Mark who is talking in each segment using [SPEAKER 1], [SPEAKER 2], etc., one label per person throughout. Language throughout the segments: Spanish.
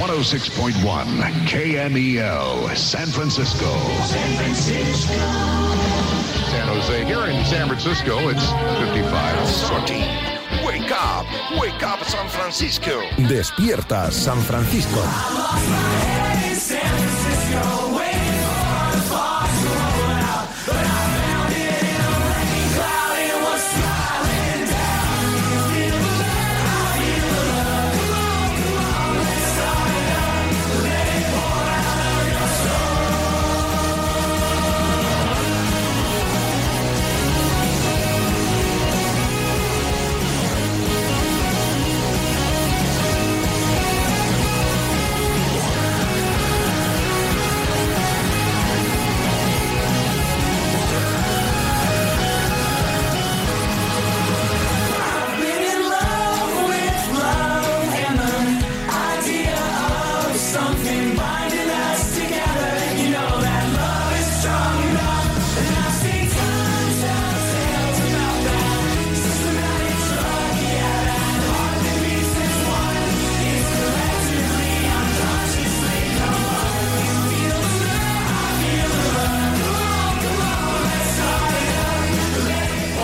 [SPEAKER 1] 106.1 KMEL, E San Francisco. San Francisco. San Jose. Here in San Francisco, it's 55.
[SPEAKER 2] Sortie. Wake up. Wake up, San Francisco.
[SPEAKER 3] Despierta San Francisco.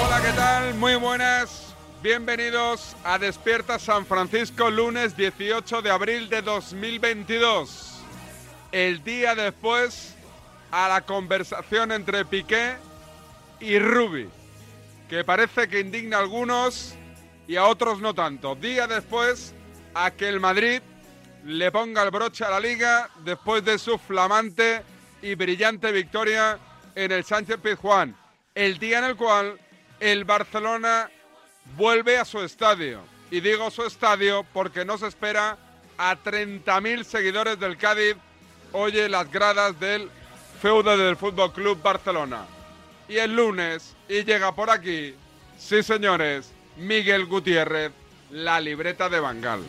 [SPEAKER 4] Hola, ¿qué tal? Muy buenas. Bienvenidos a Despierta San Francisco, lunes 18 de abril de 2022. El día después a la conversación entre Piqué y Rubi, que parece que indigna a algunos y a otros no tanto. Día después a que el Madrid le ponga el broche a la liga después de su flamante y brillante victoria en el Sánchez Pizjuán, el día en el cual el Barcelona vuelve a su estadio. Y digo su estadio porque no se espera a 30.000 seguidores del Cádiz hoy en las gradas del feudo del Fútbol Club Barcelona. Y el lunes, y llega por aquí, sí señores, Miguel Gutiérrez, la libreta de Bangal.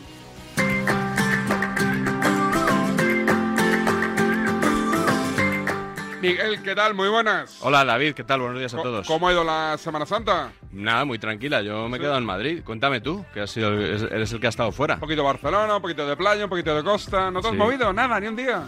[SPEAKER 4] Miguel, ¿qué tal? Muy buenas.
[SPEAKER 5] Hola David, ¿qué tal? Buenos días a
[SPEAKER 4] Co-
[SPEAKER 5] todos.
[SPEAKER 4] ¿Cómo ha ido la Semana Santa?
[SPEAKER 5] Nada, muy tranquila. Yo me he quedado en Madrid. Cuéntame tú, que has sido el- es- eres el que ha estado fuera.
[SPEAKER 4] Un poquito Barcelona, un poquito de playa, un poquito de costa. ¿No te has
[SPEAKER 5] Sí.
[SPEAKER 4] movido? Nada, ni un día.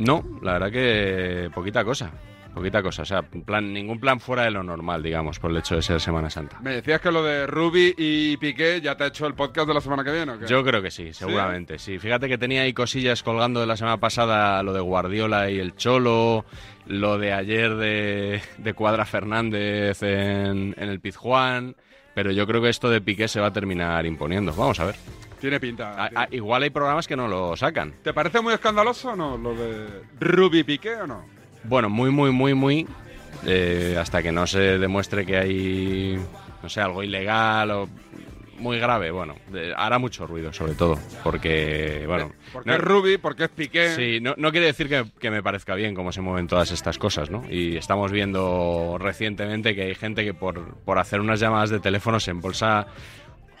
[SPEAKER 5] No, la verdad que poquita cosa. Poquita cosa. O sea, en plan, ningún plan fuera de lo normal, digamos, por el hecho de ser Semana Santa.
[SPEAKER 4] Me decías que lo de Ruby y Piqué ya te ha hecho el podcast de la semana que viene. ¿o qué?
[SPEAKER 5] Yo creo que sí, seguramente, sí. Fíjate que tenía ahí cosillas colgando de la semana pasada lo de Guardiola y el Cholo, lo de ayer de, de Cuadra Fernández en, en el Pizjuán, pero yo creo que esto de Piqué se va a terminar imponiendo. Vamos a ver.
[SPEAKER 4] Tiene pinta.
[SPEAKER 5] Ah, igual hay programas que no lo sacan.
[SPEAKER 4] ¿Te parece muy escandaloso o no lo de Ruby y Piqué o no?
[SPEAKER 5] Bueno, muy, muy, muy, muy. eh, hasta que no se demuestre que hay, no sé, algo ilegal o muy grave. Bueno, eh, hará mucho ruido, sobre todo. Porque, bueno.
[SPEAKER 4] Eh, Porque es Ruby, porque es Piqué.
[SPEAKER 5] Sí, no, no quiere decir que, que me parezca bien cómo se mueven todas estas cosas, ¿no? Y estamos viendo recientemente que hay gente que por, por hacer unas llamadas de teléfono se embolsa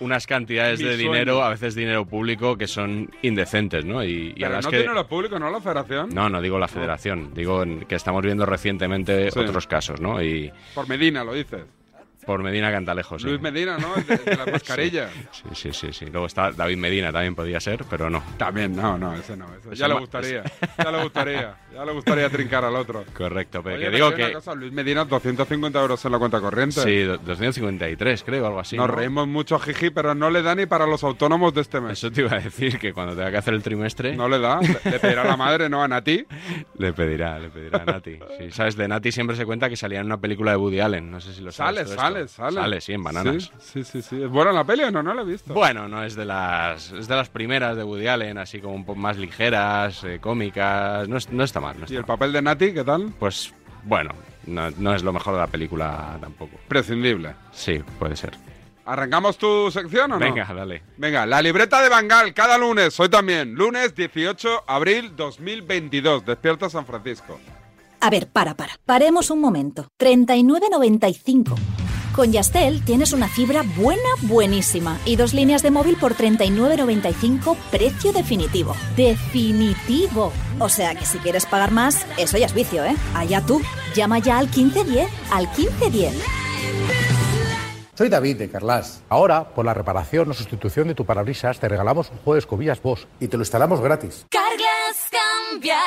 [SPEAKER 5] unas cantidades
[SPEAKER 4] Mi
[SPEAKER 5] de
[SPEAKER 4] sueño.
[SPEAKER 5] dinero, a veces dinero público, que son indecentes, ¿no? Y, y
[SPEAKER 4] Pero
[SPEAKER 5] la verdad
[SPEAKER 4] no
[SPEAKER 5] es que...
[SPEAKER 4] tiene lo público, ¿no? La federación.
[SPEAKER 5] No, no digo la federación, digo en- que estamos viendo recientemente
[SPEAKER 4] Sí.
[SPEAKER 5] otros casos, ¿no? Y
[SPEAKER 4] Por Medina, lo dices.
[SPEAKER 5] por Medina Cantalejos.
[SPEAKER 4] Luis Medina, ¿no? El De, de las mascarillas.
[SPEAKER 5] Pues Sí, sí, sí, sí. Luego está David Medina, también podía ser, pero no.
[SPEAKER 4] También, no, no, ese no. ese-
[SPEAKER 5] Ese
[SPEAKER 4] ya le
[SPEAKER 5] ma-
[SPEAKER 4] gustaría. Ya le gustaría. Ya le gustaría trincar al otro.
[SPEAKER 5] Correcto, pero
[SPEAKER 4] Oye,
[SPEAKER 5] que
[SPEAKER 4] pero
[SPEAKER 5] digo
[SPEAKER 4] hay una
[SPEAKER 5] que...
[SPEAKER 4] cosa, Luis Medina, 250 euros en la cuenta corriente.
[SPEAKER 5] Sí, do- 253 creo, algo así.
[SPEAKER 4] Nos
[SPEAKER 5] ¿no?
[SPEAKER 4] reímos mucho, jiji, pero no le da ni para los autónomos de este mes.
[SPEAKER 5] Eso te iba a decir, que cuando tenga que hacer el trimestre
[SPEAKER 4] No le da. Le, le pedirá a la madre, ¿no? A Nati.
[SPEAKER 5] le pedirá, le pedirá a Nati. Sí, sabes, de Nati siempre se cuenta que salía en una película de Woody Allen, no sé si lo
[SPEAKER 4] Sale,
[SPEAKER 5] sabes. tú esto.
[SPEAKER 4] sale, sale.
[SPEAKER 5] Sale, sí, en Bananas.
[SPEAKER 4] Sí, sí, sí. sí. ¿Es buena la peli o no? No la he visto.
[SPEAKER 5] Bueno, no es de las es de las primeras de Woody Allen, así como un poco más ligeras, eh, cómicas, no, es- no está mal. no está
[SPEAKER 4] ¿Y el
[SPEAKER 5] mal.
[SPEAKER 4] papel de Nati, qué tal?
[SPEAKER 5] Pues bueno, no, no es lo mejor de la película tampoco.
[SPEAKER 4] Prescindible.
[SPEAKER 5] Sí, puede ser.
[SPEAKER 4] ¿Arrancamos tu sección o no?
[SPEAKER 5] Venga, dale.
[SPEAKER 4] Venga, la libreta de Bangal cada lunes, hoy también, lunes 18 de abril 2022, despierta San Francisco.
[SPEAKER 6] A ver, para, para. Paremos un momento. 39.95. Con Yastel tienes una fibra buena, buenísima. Y dos líneas de móvil por 39.95, precio definitivo. ¡Definitivo! O sea que si quieres pagar más, eso ya es vicio, ¿eh? Allá tú. Llama ya al 1510. Al 1510. Soy David de Carlas.
[SPEAKER 7] Ahora, por la reparación o sustitución de tu parabrisas, te regalamos un juego de escobillas vos
[SPEAKER 6] y te lo instalamos gratis.
[SPEAKER 8] Carlas cambia,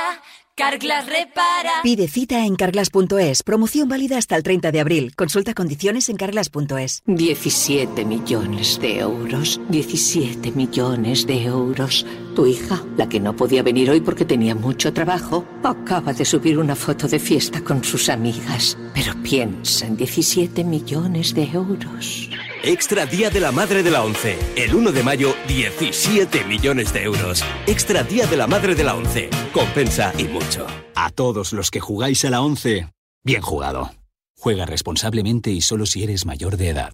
[SPEAKER 8] Carlas repara.
[SPEAKER 9] Pide cita en carlas.es. Promoción válida hasta el 30 de abril. Consulta condiciones en carlas.es.
[SPEAKER 10] 17 millones de euros. 17 millones de euros. Tu hija, la que no podía venir hoy porque tenía mucho trabajo, acaba de subir una foto de fiesta con sus amigas. Pero piensa en 17 millones de euros.
[SPEAKER 11] Extra Día de la Madre de la ONCE. El 1 de mayo, 17 millones de euros. Extra Día de la Madre de la ONCE. Compensa y mucho.
[SPEAKER 12] A todos los que jugáis a la ONCE, bien jugado. Juega responsablemente y solo si eres mayor de edad.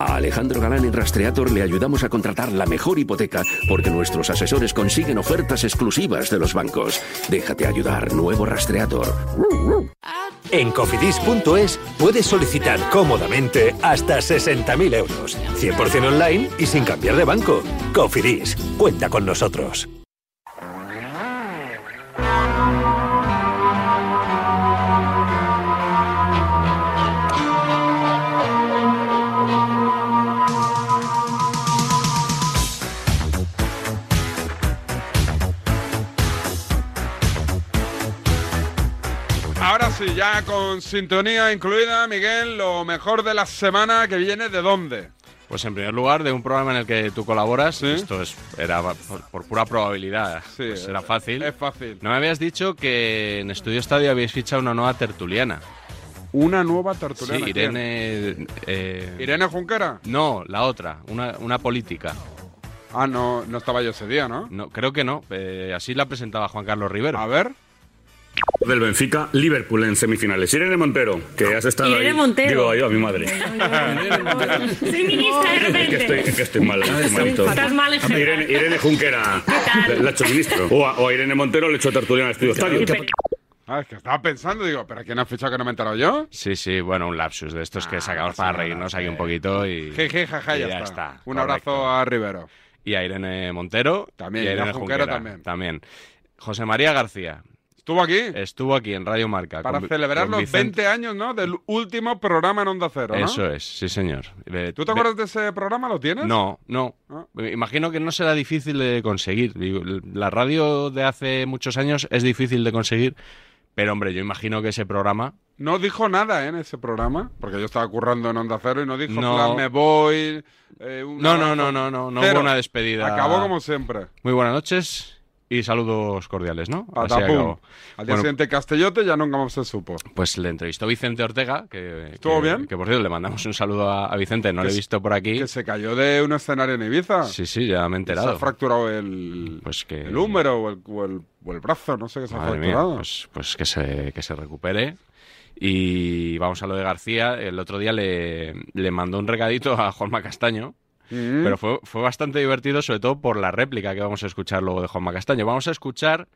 [SPEAKER 13] A Alejandro Galán en Rastreator le ayudamos a contratar la mejor hipoteca porque nuestros asesores consiguen ofertas exclusivas de los bancos. Déjate ayudar, nuevo Rastreator.
[SPEAKER 14] En cofidis.es puedes solicitar cómodamente hasta 60.000 euros, 100% online y sin cambiar de banco. Cofidis, cuenta con nosotros.
[SPEAKER 4] Ahora sí, ya con sintonía incluida, Miguel, lo mejor de la semana que viene, ¿de dónde?
[SPEAKER 5] Pues en primer lugar, de un programa en el que tú colaboras, esto es, era por, por pura probabilidad,
[SPEAKER 4] eh.
[SPEAKER 5] pues era fácil.
[SPEAKER 4] Es fácil.
[SPEAKER 5] No me habías dicho que en Estudio Estadio habéis fichado una nueva tertuliana.
[SPEAKER 4] Una nueva tertuliana.
[SPEAKER 5] Sí, Irene... eh,
[SPEAKER 4] ¿Irene Junquera?
[SPEAKER 5] No, la otra, una, una política.
[SPEAKER 4] Ah, no, no estaba yo ese día, ¿no?
[SPEAKER 5] No, creo que no. eh, así la presentaba Juan Carlos Rivero. A
[SPEAKER 4] ver.
[SPEAKER 15] Del Benfica, Liverpool en semifinales. Irene Montero, que has estado
[SPEAKER 16] Irene
[SPEAKER 15] ahí.
[SPEAKER 16] Montero.
[SPEAKER 15] Digo yo a mi madre.
[SPEAKER 16] Soy ministra de
[SPEAKER 15] Es que estoy,
[SPEAKER 16] repente.
[SPEAKER 15] es que estoy mal,
[SPEAKER 17] Ah,
[SPEAKER 15] estoy malito.
[SPEAKER 16] Estás mal en general.
[SPEAKER 15] Irene, Irene Junquera,
[SPEAKER 16] tal?
[SPEAKER 15] la ha hecho ministro. O a, o a Irene Montero le he hecho tertuliana al estudio estadio.
[SPEAKER 4] Ah, es que estaba pensando, digo, ¿pero quién ha fichado que no me he enterado yo?
[SPEAKER 5] Sí, sí, bueno, un lapsus de estos
[SPEAKER 4] Ah,
[SPEAKER 5] que sacamos para reírnos aquí un poquito y.
[SPEAKER 4] Jeje, jaja,
[SPEAKER 5] y
[SPEAKER 4] ya, está. Un abrazo a Rivero.
[SPEAKER 5] Y a Irene Montero. También, y a
[SPEAKER 4] y a
[SPEAKER 5] Irene
[SPEAKER 4] Junquera
[SPEAKER 5] Junquera
[SPEAKER 4] también.
[SPEAKER 5] También. José María García.
[SPEAKER 4] ¿Estuvo aquí?
[SPEAKER 5] Estuvo aquí en Radio Marca.
[SPEAKER 4] Para
[SPEAKER 5] con Vi-
[SPEAKER 4] celebrar
[SPEAKER 5] con
[SPEAKER 4] los
[SPEAKER 5] Vicente-
[SPEAKER 4] 20 años, ¿no? Del último programa en Onda Cero, ¿no?
[SPEAKER 5] Eso es, sí, señor. Eh,
[SPEAKER 4] ¿Tú te
[SPEAKER 5] de-
[SPEAKER 4] acuerdas de Ah. ese programa? ¿Lo tienes?
[SPEAKER 5] No, no. Me Imagino que no será difícil de conseguir. Digo, l- La radio de hace muchos años es difícil de conseguir, pero hombre, yo imagino que ese programa
[SPEAKER 4] No dijo nada ¿eh? en ese programa, porque yo estaba currando en Onda Cero y no dijo,
[SPEAKER 5] No.
[SPEAKER 4] plan, me voy. eh, un
[SPEAKER 5] No, no,
[SPEAKER 4] abrazo.
[SPEAKER 5] no, no, no, no
[SPEAKER 4] Cero.
[SPEAKER 5] hubo una despedida.
[SPEAKER 4] Acabó como siempre.
[SPEAKER 5] Muy buenas noches y saludos cordiales, ¿no? Así
[SPEAKER 4] Patapum.
[SPEAKER 5] acabó.
[SPEAKER 4] Al día
[SPEAKER 5] Bueno,
[SPEAKER 4] siguiente Castellote ya nunca más se supo.
[SPEAKER 5] pues le entrevistó Vicente Ortega, que,
[SPEAKER 4] ¿Estuvo
[SPEAKER 5] que-
[SPEAKER 4] bien?
[SPEAKER 5] que, por cierto le mandamos un saludo a, a Vicente, no
[SPEAKER 4] Que
[SPEAKER 5] lo he
[SPEAKER 4] se-
[SPEAKER 5] visto por aquí.
[SPEAKER 4] Que se cayó de un escenario en Ibiza.
[SPEAKER 5] Sí, sí, ya me he
[SPEAKER 4] Se ha
[SPEAKER 5] enterado.
[SPEAKER 4] fracturado el,
[SPEAKER 5] Pues que
[SPEAKER 4] el húmero o el, o el- o el brazo, no sé qué se ha
[SPEAKER 5] Madre mía,
[SPEAKER 4] fracturado.
[SPEAKER 5] pues, pues que, se, que se recupere. Y vamos a lo de García. El otro día le, le mandó un recadito a Juanma Castaño.
[SPEAKER 4] Mm.
[SPEAKER 5] Pero fue, fue bastante divertido, sobre todo por la réplica que vamos a escuchar luego de Juanma Castaño. Vamos a escuchar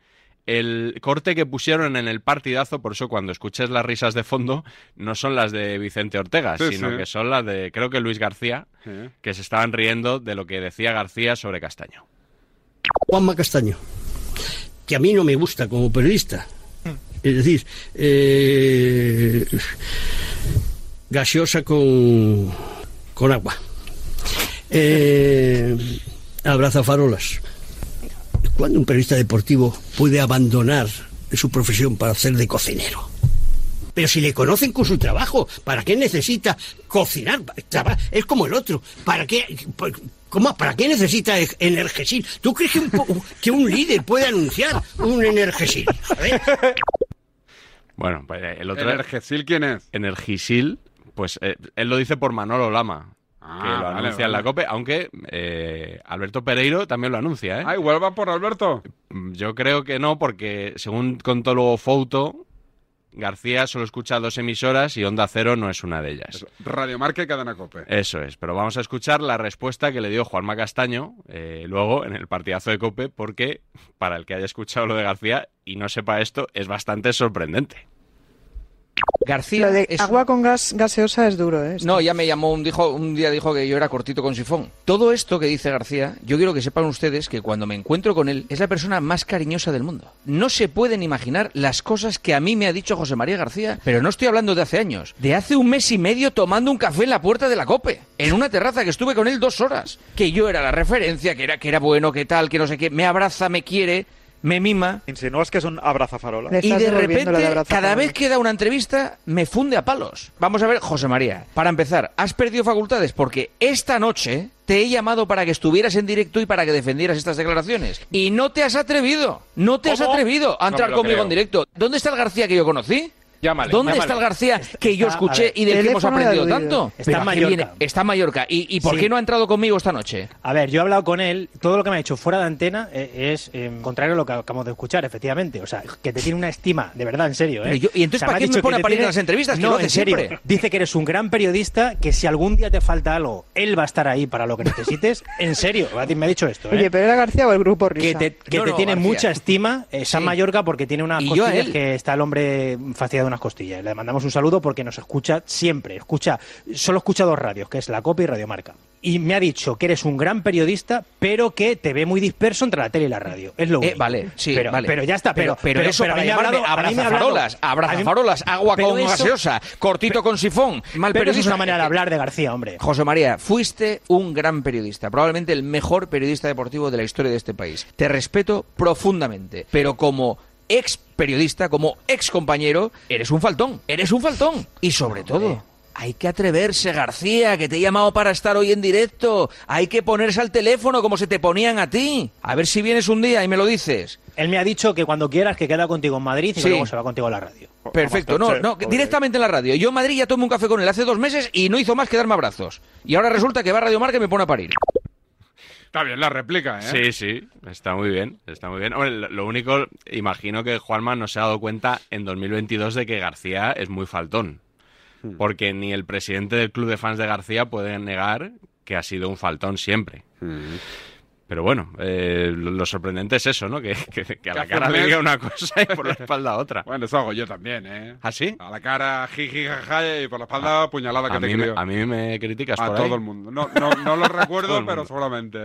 [SPEAKER 5] el corte que pusieron en el partidazo, por eso cuando escuches las risas de fondo no son las de Vicente Ortega,
[SPEAKER 4] Sí,
[SPEAKER 5] sino
[SPEAKER 4] sí.
[SPEAKER 5] que son las de, creo que Luis García,
[SPEAKER 4] Sí.
[SPEAKER 5] que se estaban riendo de lo que decía García sobre Castaño.
[SPEAKER 18] Juanma Castaño, que a mí no me gusta como periodista. Es decir, eh, gaseosa con, con agua. Eh, abraza farolas. ¿Cuándo un periodista deportivo puede abandonar su profesión para hacer de cocinero? Pero si le conocen con su trabajo, ¿para qué necesita cocinar? Traba- Es como el otro. ¿Para qué, por- cómo- ¿para qué necesita e- Energisil? ¿Tú crees que un, po- que un líder puede anunciar un Energisil? Joder.
[SPEAKER 5] Bueno, pues, eh, el otro...
[SPEAKER 4] ¿Energisil quién es?
[SPEAKER 5] Energisil, pues eh, él lo dice por Manolo Lama, que lo
[SPEAKER 4] Ah, vale,
[SPEAKER 5] anuncia en la
[SPEAKER 4] vale.
[SPEAKER 5] COPE, aunque eh, Alberto Pereiro también lo anuncia, ¿eh? Mm,
[SPEAKER 4] Ah, igual va por Alberto.
[SPEAKER 5] Yo creo que no, porque según contó luego Fouto, García solo escucha dos emisoras y Onda Cero no es una de ellas.
[SPEAKER 4] Radio Marca y Cadena Cope.
[SPEAKER 5] Eso es, pero vamos a escuchar la respuesta que le dio Juanma Castaño eh, luego en el partidazo de Cope, porque para el que haya escuchado lo de García y no sepa esto, es bastante sorprendente.
[SPEAKER 19] García es-
[SPEAKER 20] Agua con gas gaseosa es duro, ¿eh?
[SPEAKER 19] No, ya me llamó un, dijo, un día dijo que yo era cortito con sifón. Todo esto que dice García, yo quiero que sepan ustedes que cuando me encuentro con él es la persona más cariñosa del mundo. No se pueden imaginar las cosas que a mí me ha dicho José María García, pero no estoy hablando de hace años, de hace un mes y medio tomando un café en la puerta de la COPE, en una terraza que estuve con él dos horas, que yo era la referencia, que era que era bueno, que tal, que no sé qué, me abraza, me quiere, me mima. Insinúas que es un abrazafarola.
[SPEAKER 20] Le
[SPEAKER 19] Y
[SPEAKER 20] estás
[SPEAKER 19] de
[SPEAKER 20] devolviendo lo de
[SPEAKER 19] repente, cada
[SPEAKER 20] abrazafarola.
[SPEAKER 19] vez que da una entrevista, me funde a palos. Vamos a ver, José María, para empezar, has perdido facultades porque esta noche te he llamado para que estuvieras en directo y para que defendieras estas declaraciones. Y no te has atrevido, no te has
[SPEAKER 21] ¿Cómo?
[SPEAKER 19] atrevido a
[SPEAKER 21] No
[SPEAKER 19] entrar
[SPEAKER 21] me lo
[SPEAKER 19] conmigo
[SPEAKER 21] creo.
[SPEAKER 19] en directo. ¿Dónde está el García que yo conocí?
[SPEAKER 21] Llámale,
[SPEAKER 19] ¿Dónde
[SPEAKER 21] llámale.
[SPEAKER 19] está el García que yo
[SPEAKER 21] Está-
[SPEAKER 19] escuché
[SPEAKER 21] a ver,
[SPEAKER 19] y del que hemos
[SPEAKER 21] teléfono de
[SPEAKER 19] aprendido
[SPEAKER 21] aludido.
[SPEAKER 19] tanto?
[SPEAKER 21] Está en
[SPEAKER 19] Pero ¿a qué
[SPEAKER 21] Mallorca.
[SPEAKER 19] viene? Está en Mallorca. ¿Y, y por
[SPEAKER 21] Sí.
[SPEAKER 19] qué no ha entrado conmigo esta noche?
[SPEAKER 21] A ver, yo he hablado con él, todo lo que me ha dicho fuera de antena eh, es eh, contrario a lo que acabamos de escuchar, efectivamente. O sea, que te tiene una estima, de verdad, en serio. ¿eh?
[SPEAKER 19] Pero yo- ¿y entonces
[SPEAKER 21] O sea,
[SPEAKER 19] para
[SPEAKER 21] ha
[SPEAKER 19] qué me
[SPEAKER 21] dicho
[SPEAKER 19] pone
[SPEAKER 21] que
[SPEAKER 19] a
[SPEAKER 21] te
[SPEAKER 19] parir en
[SPEAKER 21] tiene-
[SPEAKER 19] las entrevistas? Que
[SPEAKER 21] No,
[SPEAKER 19] lo hace
[SPEAKER 21] en serio.
[SPEAKER 19] siempre.
[SPEAKER 21] Dice que eres un gran periodista, que si algún día te falta algo, él va a estar ahí para lo que necesites. en serio, a ti me ha dicho esto. ¿eh?
[SPEAKER 20] Oye, pero era García o el grupo
[SPEAKER 21] que
[SPEAKER 20] Risa.
[SPEAKER 21] te, que te tiene mucha estima eh, San Mallorca porque tiene unas
[SPEAKER 20] Y yo a
[SPEAKER 21] costillas
[SPEAKER 20] él.
[SPEAKER 21] que está el hombre fastidiado de unas costillas. Le mandamos un saludo porque nos escucha siempre. Escucha, solo escucha dos radios, que es La Copa y Radio Marca. Y me ha dicho que eres un gran periodista, pero que te ve muy disperso entre la tele y la radio. Es lo
[SPEAKER 19] Eh,
[SPEAKER 21] único.
[SPEAKER 19] vale, sí,
[SPEAKER 21] pero,
[SPEAKER 19] vale.
[SPEAKER 21] pero ya está. Pero,
[SPEAKER 19] pero, eso
[SPEAKER 21] pero a
[SPEAKER 19] para
[SPEAKER 21] mí me ha
[SPEAKER 19] llamarme
[SPEAKER 21] hablado- a mí me ha hablado-
[SPEAKER 19] abrazafarolas, abrazafarolas,
[SPEAKER 21] a mí-
[SPEAKER 19] agua
[SPEAKER 21] pero
[SPEAKER 19] con
[SPEAKER 21] eso-
[SPEAKER 19] gaseosa, cortito con sifón, mal
[SPEAKER 21] pero eso es
[SPEAKER 19] periodista.
[SPEAKER 21] una manera de hablar de García, hombre.
[SPEAKER 19] José María, fuiste un gran periodista, probablemente el mejor periodista deportivo de la historia de este país. Te respeto profundamente, pero como ex periodista, como ex compañero, eres un faltón, eres un faltón. Y sobre todo, hay que atreverse, García, que te he llamado para estar hoy en directo. Hay que ponerse al teléfono como se te ponían a ti. A ver si vienes un día y me lo dices.
[SPEAKER 21] Él me ha dicho que cuando quieras que queda contigo en Madrid y que
[SPEAKER 19] Sí.
[SPEAKER 21] luego se va contigo a la radio.
[SPEAKER 19] Perfecto, no, no, directamente en la radio. Yo en Madrid ya tomé un café con él hace dos meses y no hizo más que darme abrazos. Y ahora resulta que va a Radio Marca y me pone a parir.
[SPEAKER 4] Está bien la réplica, ¿eh?
[SPEAKER 5] Sí, sí, está muy bien, está muy bien. Hombre, lo lo único, imagino que Juanma no se ha dado cuenta en 2022 de que García es muy faltón,
[SPEAKER 4] Hmm.
[SPEAKER 5] porque ni el presidente del club de fans de García puede negar que ha sido un faltón siempre.
[SPEAKER 4] Hmm.
[SPEAKER 5] Pero bueno, eh, lo, lo sorprendente es eso, ¿no? Que, que- que a la
[SPEAKER 4] hace
[SPEAKER 5] cara
[SPEAKER 4] un
[SPEAKER 5] le
[SPEAKER 4] mes-
[SPEAKER 5] diga una cosa y por la espalda otra.
[SPEAKER 4] Bueno, eso hago yo también, ¿eh?
[SPEAKER 5] ¿Ah, sí? Ah,
[SPEAKER 4] A la cara, jiji, jaja, y por la espalda, puñalada que
[SPEAKER 5] A
[SPEAKER 4] te
[SPEAKER 5] mí, me,
[SPEAKER 4] crió.
[SPEAKER 5] a mí me criticas
[SPEAKER 4] A
[SPEAKER 5] por ahí.
[SPEAKER 4] todo el mundo. No, no, no lo
[SPEAKER 5] Todo
[SPEAKER 4] recuerdo,
[SPEAKER 5] el
[SPEAKER 4] pero
[SPEAKER 5] mundo.
[SPEAKER 4] seguramente.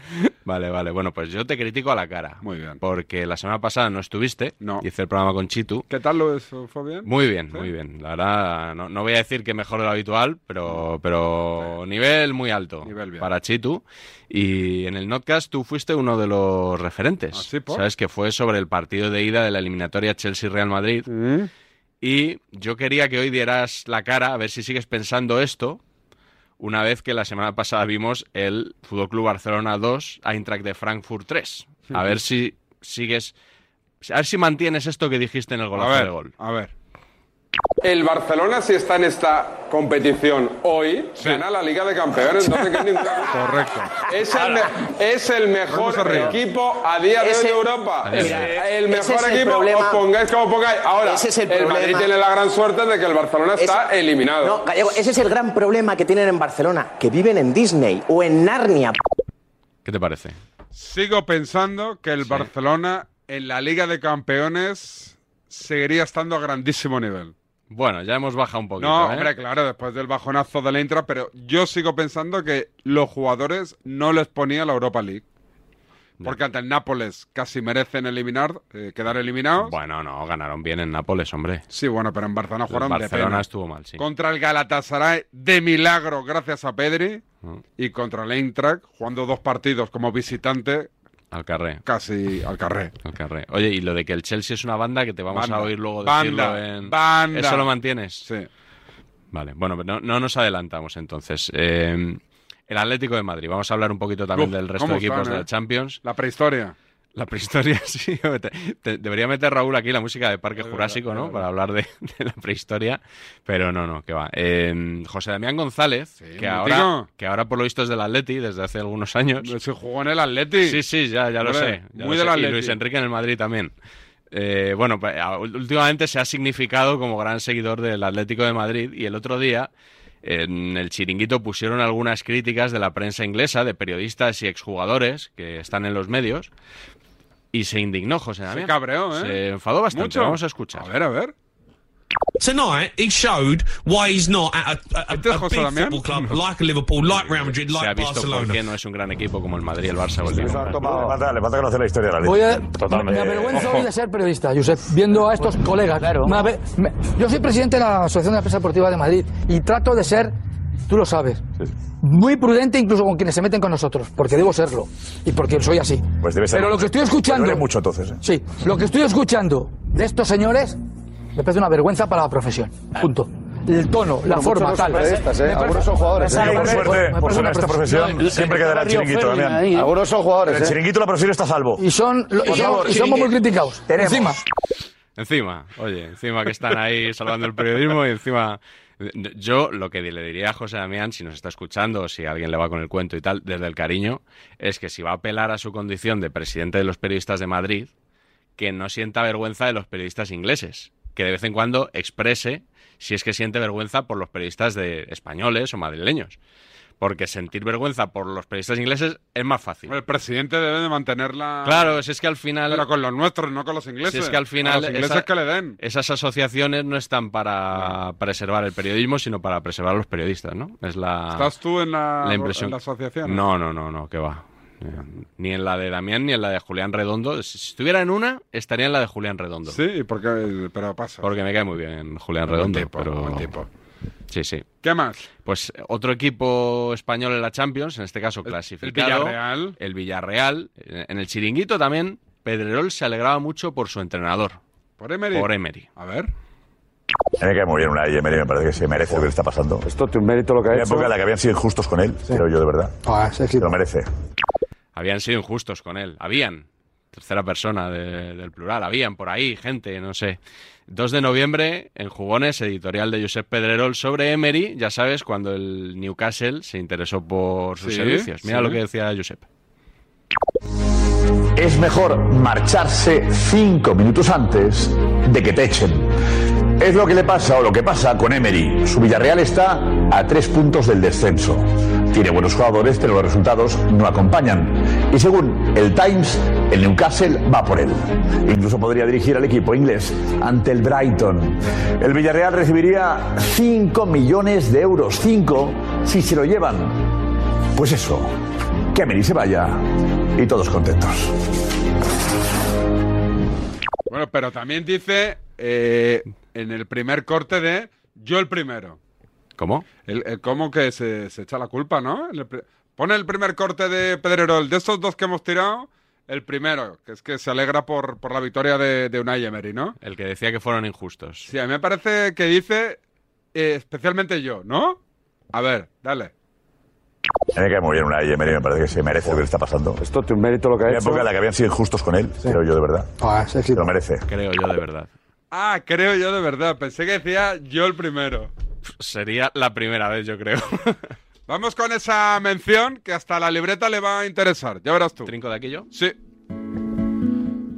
[SPEAKER 5] Vale, vale. Bueno, pues yo te critico a la cara. Muy bien. Porque la semana pasada no estuviste. No. Hice el programa con Chitu.
[SPEAKER 4] ¿Qué tal lo eso? ¿Fue bien?
[SPEAKER 5] Muy bien, muy bien. La verdad, no, no voy a decir que mejor de lo habitual, pero, pero nivel muy alto para Chitu. Y en el Notcast tú fuiste uno de los referentes.
[SPEAKER 4] ¿Ah, por?
[SPEAKER 5] Sabes que fue sobre el partido de ida de la eliminatoria Chelsea-Real Madrid. Y yo quería que hoy dieras la cara, a ver si sigues pensando esto, una vez que la semana pasada vimos el Fútbol Club Barcelona 2, Eintracht de Frankfurt 3. A
[SPEAKER 4] Ujú.
[SPEAKER 5] ver si sigues. A ver si mantienes esto que dijiste en el golazo
[SPEAKER 4] A ver,
[SPEAKER 5] de gol.
[SPEAKER 4] A ver. El Barcelona, si está en esta competición hoy, gana la Liga de Campeones. No te quedes Correcto. Es el, me- es el mejor equipo a día de hoy
[SPEAKER 22] Ese-
[SPEAKER 4] de Europa.
[SPEAKER 22] A día de hoy.
[SPEAKER 4] Mira, el
[SPEAKER 22] Ese
[SPEAKER 4] mejor
[SPEAKER 22] es el
[SPEAKER 4] equipo, os
[SPEAKER 22] problema.
[SPEAKER 4] pongáis como pongáis. Ahora,
[SPEAKER 22] Ese es el
[SPEAKER 4] Madrid
[SPEAKER 22] problema.
[SPEAKER 4] tiene la gran suerte de que el Barcelona está
[SPEAKER 22] Ese-
[SPEAKER 4] eliminado.
[SPEAKER 22] No, Gallego, ese es el gran problema que tienen en Barcelona, que viven en Disney o en Narnia.
[SPEAKER 5] ¿Qué te parece?
[SPEAKER 4] Sigo pensando que el Barcelona en la Liga de Campeones seguiría estando a grandísimo nivel.
[SPEAKER 5] Bueno, ya hemos bajado un poquito.
[SPEAKER 4] No,
[SPEAKER 5] ¿eh?
[SPEAKER 4] hombre, claro, después del bajonazo de la intra, pero yo sigo pensando que los jugadores no les ponía la Europa League. Porque ante el Nápoles casi merecen eliminar, eh, quedar eliminados.
[SPEAKER 5] Bueno, no, ganaron bien en Nápoles, hombre.
[SPEAKER 4] Sí, bueno, pero en Barcelona
[SPEAKER 5] El
[SPEAKER 4] jugaron de
[SPEAKER 5] Barcelona
[SPEAKER 4] pena.
[SPEAKER 5] estuvo mal, sí.
[SPEAKER 4] Contra el Galatasaray de milagro, gracias a Pedri. Y contra el Eintracht, jugando dos partidos como visitante,
[SPEAKER 5] Al carré.
[SPEAKER 4] casi al carré.
[SPEAKER 5] Al carré. Oye, y lo de que el Chelsea es una banda que te vamos
[SPEAKER 4] Banda.
[SPEAKER 5] a oír luego
[SPEAKER 4] Banda.
[SPEAKER 5] decirlo en.
[SPEAKER 4] Banda.
[SPEAKER 5] ¿Eso lo mantienes?
[SPEAKER 4] Sí.
[SPEAKER 5] Vale, bueno, pero no, no nos adelantamos entonces. Eh, el Atlético de Madrid. Vamos a hablar un poquito también
[SPEAKER 4] Uf,
[SPEAKER 5] del resto
[SPEAKER 4] ¿cómo
[SPEAKER 5] de equipos
[SPEAKER 4] están,
[SPEAKER 5] de
[SPEAKER 4] eh?
[SPEAKER 5] la Champions.
[SPEAKER 4] La prehistoria.
[SPEAKER 5] La prehistoria, sí. Te- te- debería meter Raúl aquí la música de Parque Jurásico, ¿no? Para hablar de, de la prehistoria. Pero no, no, que va. Eh, José Damián González, que,
[SPEAKER 4] mítico.
[SPEAKER 5] ahora, que ahora por lo visto es del Atleti desde hace algunos años.
[SPEAKER 4] Se jugó en el Atleti.
[SPEAKER 5] Sí, sí, ya, ya lo
[SPEAKER 4] Hombre,
[SPEAKER 5] sé. ya
[SPEAKER 4] muy del
[SPEAKER 5] lo sé. Y
[SPEAKER 4] Atleti.
[SPEAKER 5] Luis Enrique en el Madrid también. Eh, bueno, pa- últimamente se ha significado como gran seguidor del Atlético de Madrid y el otro día en el chiringuito pusieron algunas críticas de la prensa inglesa, de periodistas y exjugadores que están en los medios y se indignó José Damián.
[SPEAKER 4] cabreó, ¿eh?
[SPEAKER 5] Se enfadó bastante.
[SPEAKER 4] Mucho.
[SPEAKER 5] Vamos a escuchar. A ver,
[SPEAKER 4] a ver.
[SPEAKER 23] Tonight, he showed why he's not at a, a, a big football club like Liverpool, like Real Madrid,
[SPEAKER 5] Se ha
[SPEAKER 23] like
[SPEAKER 5] visto
[SPEAKER 23] Barcelona.
[SPEAKER 5] por qué no es un gran equipo como el Madrid, el Barça o el
[SPEAKER 14] Le
[SPEAKER 5] Liverpool.
[SPEAKER 14] falta, le falta conocer la historia de la liga.
[SPEAKER 5] Voy a-
[SPEAKER 14] Totalmente.
[SPEAKER 5] me avergüenzo
[SPEAKER 14] Ojo.
[SPEAKER 5] hoy de
[SPEAKER 19] ser periodista, Josep, viendo a estos colegas. Me ave- me- yo soy presidente de la Asociación de la Prensa Deportiva de Madrid y trato de ser, tú lo sabes, muy prudente incluso con quienes se meten con nosotros, porque debo serlo y porque soy así.
[SPEAKER 14] Pues debe ser
[SPEAKER 19] Pero lo
[SPEAKER 14] mucho.
[SPEAKER 19] que estoy
[SPEAKER 14] Te
[SPEAKER 19] escuchando...
[SPEAKER 14] duele mucho entonces. ¿eh?
[SPEAKER 19] Sí, lo que estoy escuchando de estos señores me parece una vergüenza para la profesión. Punto. El tono, la
[SPEAKER 14] Bueno,
[SPEAKER 19] forma,
[SPEAKER 14] muchos no
[SPEAKER 19] tal.
[SPEAKER 14] son periodistas, ¿eh?
[SPEAKER 19] Me parece-
[SPEAKER 14] Algunos son jugadores,
[SPEAKER 19] me
[SPEAKER 14] ¿eh?
[SPEAKER 19] parece-
[SPEAKER 14] Por suerte,
[SPEAKER 19] me parece
[SPEAKER 14] por suerte
[SPEAKER 19] una
[SPEAKER 14] esta profesión siempre quedará el chiringuito, Damián.
[SPEAKER 19] Algunos son jugadores,
[SPEAKER 14] El
[SPEAKER 19] ¿eh?
[SPEAKER 14] chiringuito, la profesión está a salvo.
[SPEAKER 19] Y son,
[SPEAKER 14] Por
[SPEAKER 19] y son-
[SPEAKER 14] favor,
[SPEAKER 19] y somos muy
[SPEAKER 14] chiringuito.
[SPEAKER 19] criticados.
[SPEAKER 14] Tenemos.
[SPEAKER 19] Encima.
[SPEAKER 5] Encima, oye, encima que están ahí salvando el periodismo y encima... Yo lo que le diría a José Damián, si nos está escuchando, si alguien le va con el cuento y tal, desde el cariño, es que si va a apelar a su condición de presidente de los periodistas de Madrid, que no sienta vergüenza de los periodistas ingleses, que de vez en cuando exprese si es que siente vergüenza por los periodistas de españoles o madrileños. Porque sentir vergüenza por los periodistas ingleses es más fácil.
[SPEAKER 4] El presidente debe de mantenerla.
[SPEAKER 5] Claro, si es que al final.
[SPEAKER 4] Pero con los nuestros, no con los ingleses.
[SPEAKER 5] Si es que al
[SPEAKER 4] A
[SPEAKER 5] final
[SPEAKER 4] los ingleses
[SPEAKER 5] esa-
[SPEAKER 4] que le den.
[SPEAKER 5] esas asociaciones no están para preservar el periodismo, sino para preservar a los periodistas, ¿no? Es la,
[SPEAKER 4] ¿Estás tú en la,
[SPEAKER 5] Ah. la impresión.
[SPEAKER 4] en la asociación?
[SPEAKER 5] No, no, no, no, que va. Eh, Ni en la de Damián ni en la de Julián Redondo. Si estuviera en una, estaría en la de Julián Redondo.
[SPEAKER 4] Sí, porque, pero pasa.
[SPEAKER 5] Porque me cae muy bien Julián
[SPEAKER 4] Buen
[SPEAKER 5] Redondo.
[SPEAKER 4] tipo,
[SPEAKER 5] pero...
[SPEAKER 4] buen tipo.
[SPEAKER 5] Sí, sí.
[SPEAKER 4] ¿Qué más?
[SPEAKER 5] Pues eh, otro equipo español en la Champions, en este caso clasificado.
[SPEAKER 4] Villarreal.
[SPEAKER 5] El Villarreal. Eh, En el chiringuito también, Pedrerol se alegraba mucho por su entrenador,
[SPEAKER 4] Por Emery.
[SPEAKER 5] por Emery.
[SPEAKER 4] A ver.
[SPEAKER 14] A mí Me cae muy bien una y Emery, me parece que se merece lo que le está pasando. Esto es un mérito lo que
[SPEAKER 5] ha
[SPEAKER 14] Una
[SPEAKER 5] hecho.
[SPEAKER 14] época en la que habían sido injustos con él, creo yo, de verdad. Se lo merece.
[SPEAKER 5] Habían sido injustos con él. Habían. Tercera persona de- del plural. Habían por ahí, gente, no sé. 2 de noviembre, en Jugones, editorial de Josep Pedrerol sobre Emery. Ya sabes, cuando el Newcastle se interesó por sus
[SPEAKER 14] Sí,
[SPEAKER 5] servicios. Mira
[SPEAKER 14] sí.
[SPEAKER 5] lo que decía Josep.
[SPEAKER 14] Es mejor marcharse cinco minutos antes de que te echen. Es lo que le pasa o lo que pasa con Emery. Su Villarreal está a tres puntos del descenso. Tiene buenos jugadores, pero los resultados no acompañan. Y según el Times, el Newcastle va por él. Incluso podría dirigir al equipo inglés ante el Brighton. El Villarreal recibiría 5 millones de euros, 5 si se lo llevan. Pues eso, que Emery se vaya y todos contentos.
[SPEAKER 4] Bueno, pero también dice eh, en el primer corte de yo el primero.
[SPEAKER 5] ¿Cómo?
[SPEAKER 4] El, el cómo que se, se echa la culpa, ¿no? En el pri- pone el primer corte de Pedrerol. De estos dos que hemos tirado, el primero, que es que se alegra por, por la victoria de, de Unai Emery, ¿no?
[SPEAKER 5] El que decía que fueron injustos.
[SPEAKER 4] Sí, a mí me parece que dice eh, especialmente yo, ¿no? A ver, dale.
[SPEAKER 14] A mí Me cae muy bien una y Emery, me parece que se merece lo que le está pasando. Pues Esto es un mérito lo que ha hecho. Ah, época en la que habían sido injustos con él, creo yo, de verdad. Se lo merece.
[SPEAKER 5] Creo yo de verdad.
[SPEAKER 4] Ah, creo yo de verdad. Pensé que decía yo el primero.
[SPEAKER 5] Sería la primera vez, yo creo.
[SPEAKER 4] Vamos con esa mención que hasta la libreta le va a interesar. Ya verás tú.
[SPEAKER 5] ¿Trinco de aquello?
[SPEAKER 4] Sí.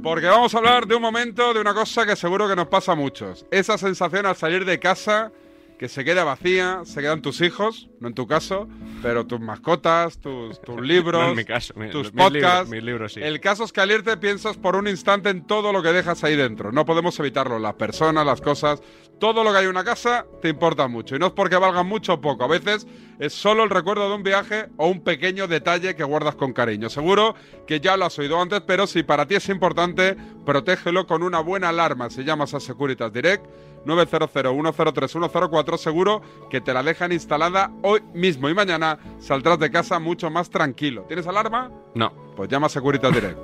[SPEAKER 4] Porque vamos a hablar de un momento, de una cosa que seguro que nos pasa a muchos. Esa sensación al salir de casa que se queda vacía, se quedan tus hijos, no en tu caso, pero tus mascotas, tus, tus libros,
[SPEAKER 5] No en mi caso, mi-
[SPEAKER 4] tus
[SPEAKER 5] mis libros-
[SPEAKER 4] podcasts.
[SPEAKER 5] mis libros, sí.
[SPEAKER 4] El caso es que al irte piensas por un instante en todo lo que dejas ahí dentro. No podemos evitarlo, las personas, las cosas, todo lo que hay en una casa te importa mucho. Y no es porque valgan mucho o poco, a veces es solo el recuerdo de un viaje o un pequeño detalle que guardas con cariño. Seguro que ya lo has oído antes, pero si para ti es importante, protégelo con una buena alarma. Si llamas a Securitas Direct 900-103-104, seguro que te la dejan instalada hoy mismo y mañana saldrás de casa mucho más tranquilo. ¿Tienes alarma?
[SPEAKER 5] No.
[SPEAKER 4] Pues llama a Securitas Direct.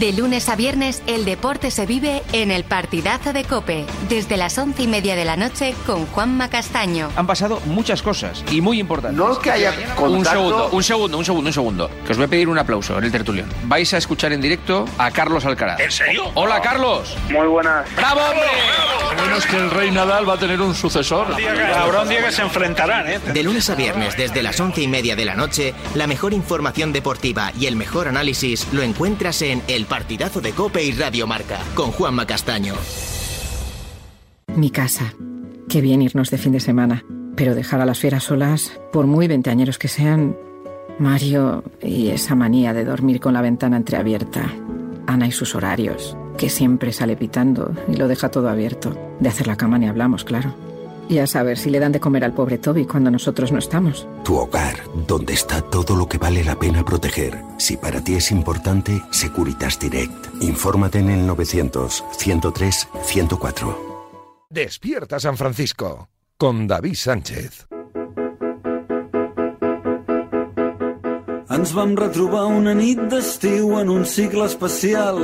[SPEAKER 3] De lunes a viernes, el deporte se vive en el partidazo de Cope, desde las once y media de la noche con Juanma Castaño.
[SPEAKER 19] Han pasado muchas cosas y muy importantes.
[SPEAKER 24] No es que haya
[SPEAKER 19] Un
[SPEAKER 24] contacto-
[SPEAKER 19] segundo, un segundo, un segundo, un segundo. Que os voy a pedir un aplauso en el tertulión. Vais a escuchar en directo a Carlos Alcaraz.
[SPEAKER 25] ¿En serio?
[SPEAKER 19] Hola, Carlos.
[SPEAKER 25] Muy buenas.
[SPEAKER 19] ¡Bravo, hombre!
[SPEAKER 25] menos que el rey Nadal va a tener un sucesor. Habrá un día que se enfrentarán, ¿eh?
[SPEAKER 26] De lunes a viernes, desde las once y media de la noche, la mejor información deportiva y el mejor análisis lo encuentras en El Partidazo de Cope y Radio Marca, con Juanma Castaño.
[SPEAKER 27] Mi casa. Qué bien irnos de fin de semana. Pero dejar a las fieras solas, por muy veinteañeros que sean, Mario y esa manía de dormir con la ventana entreabierta. Ana y sus horarios, que siempre sale pitando y lo deja todo abierto. De hacer la cama ni hablamos, claro. Y a saber si le dan de comer al pobre Toby cuando nosotros no estamos. Tu hogar, donde está todo lo que vale la pena proteger. Si para ti es importante, Securitas Direct. Infórmate en el 900-103-104.
[SPEAKER 23] Despierta San Francisco con David Sánchez.
[SPEAKER 18] Ens vam retrobar una nit d'estiu en un cicle especial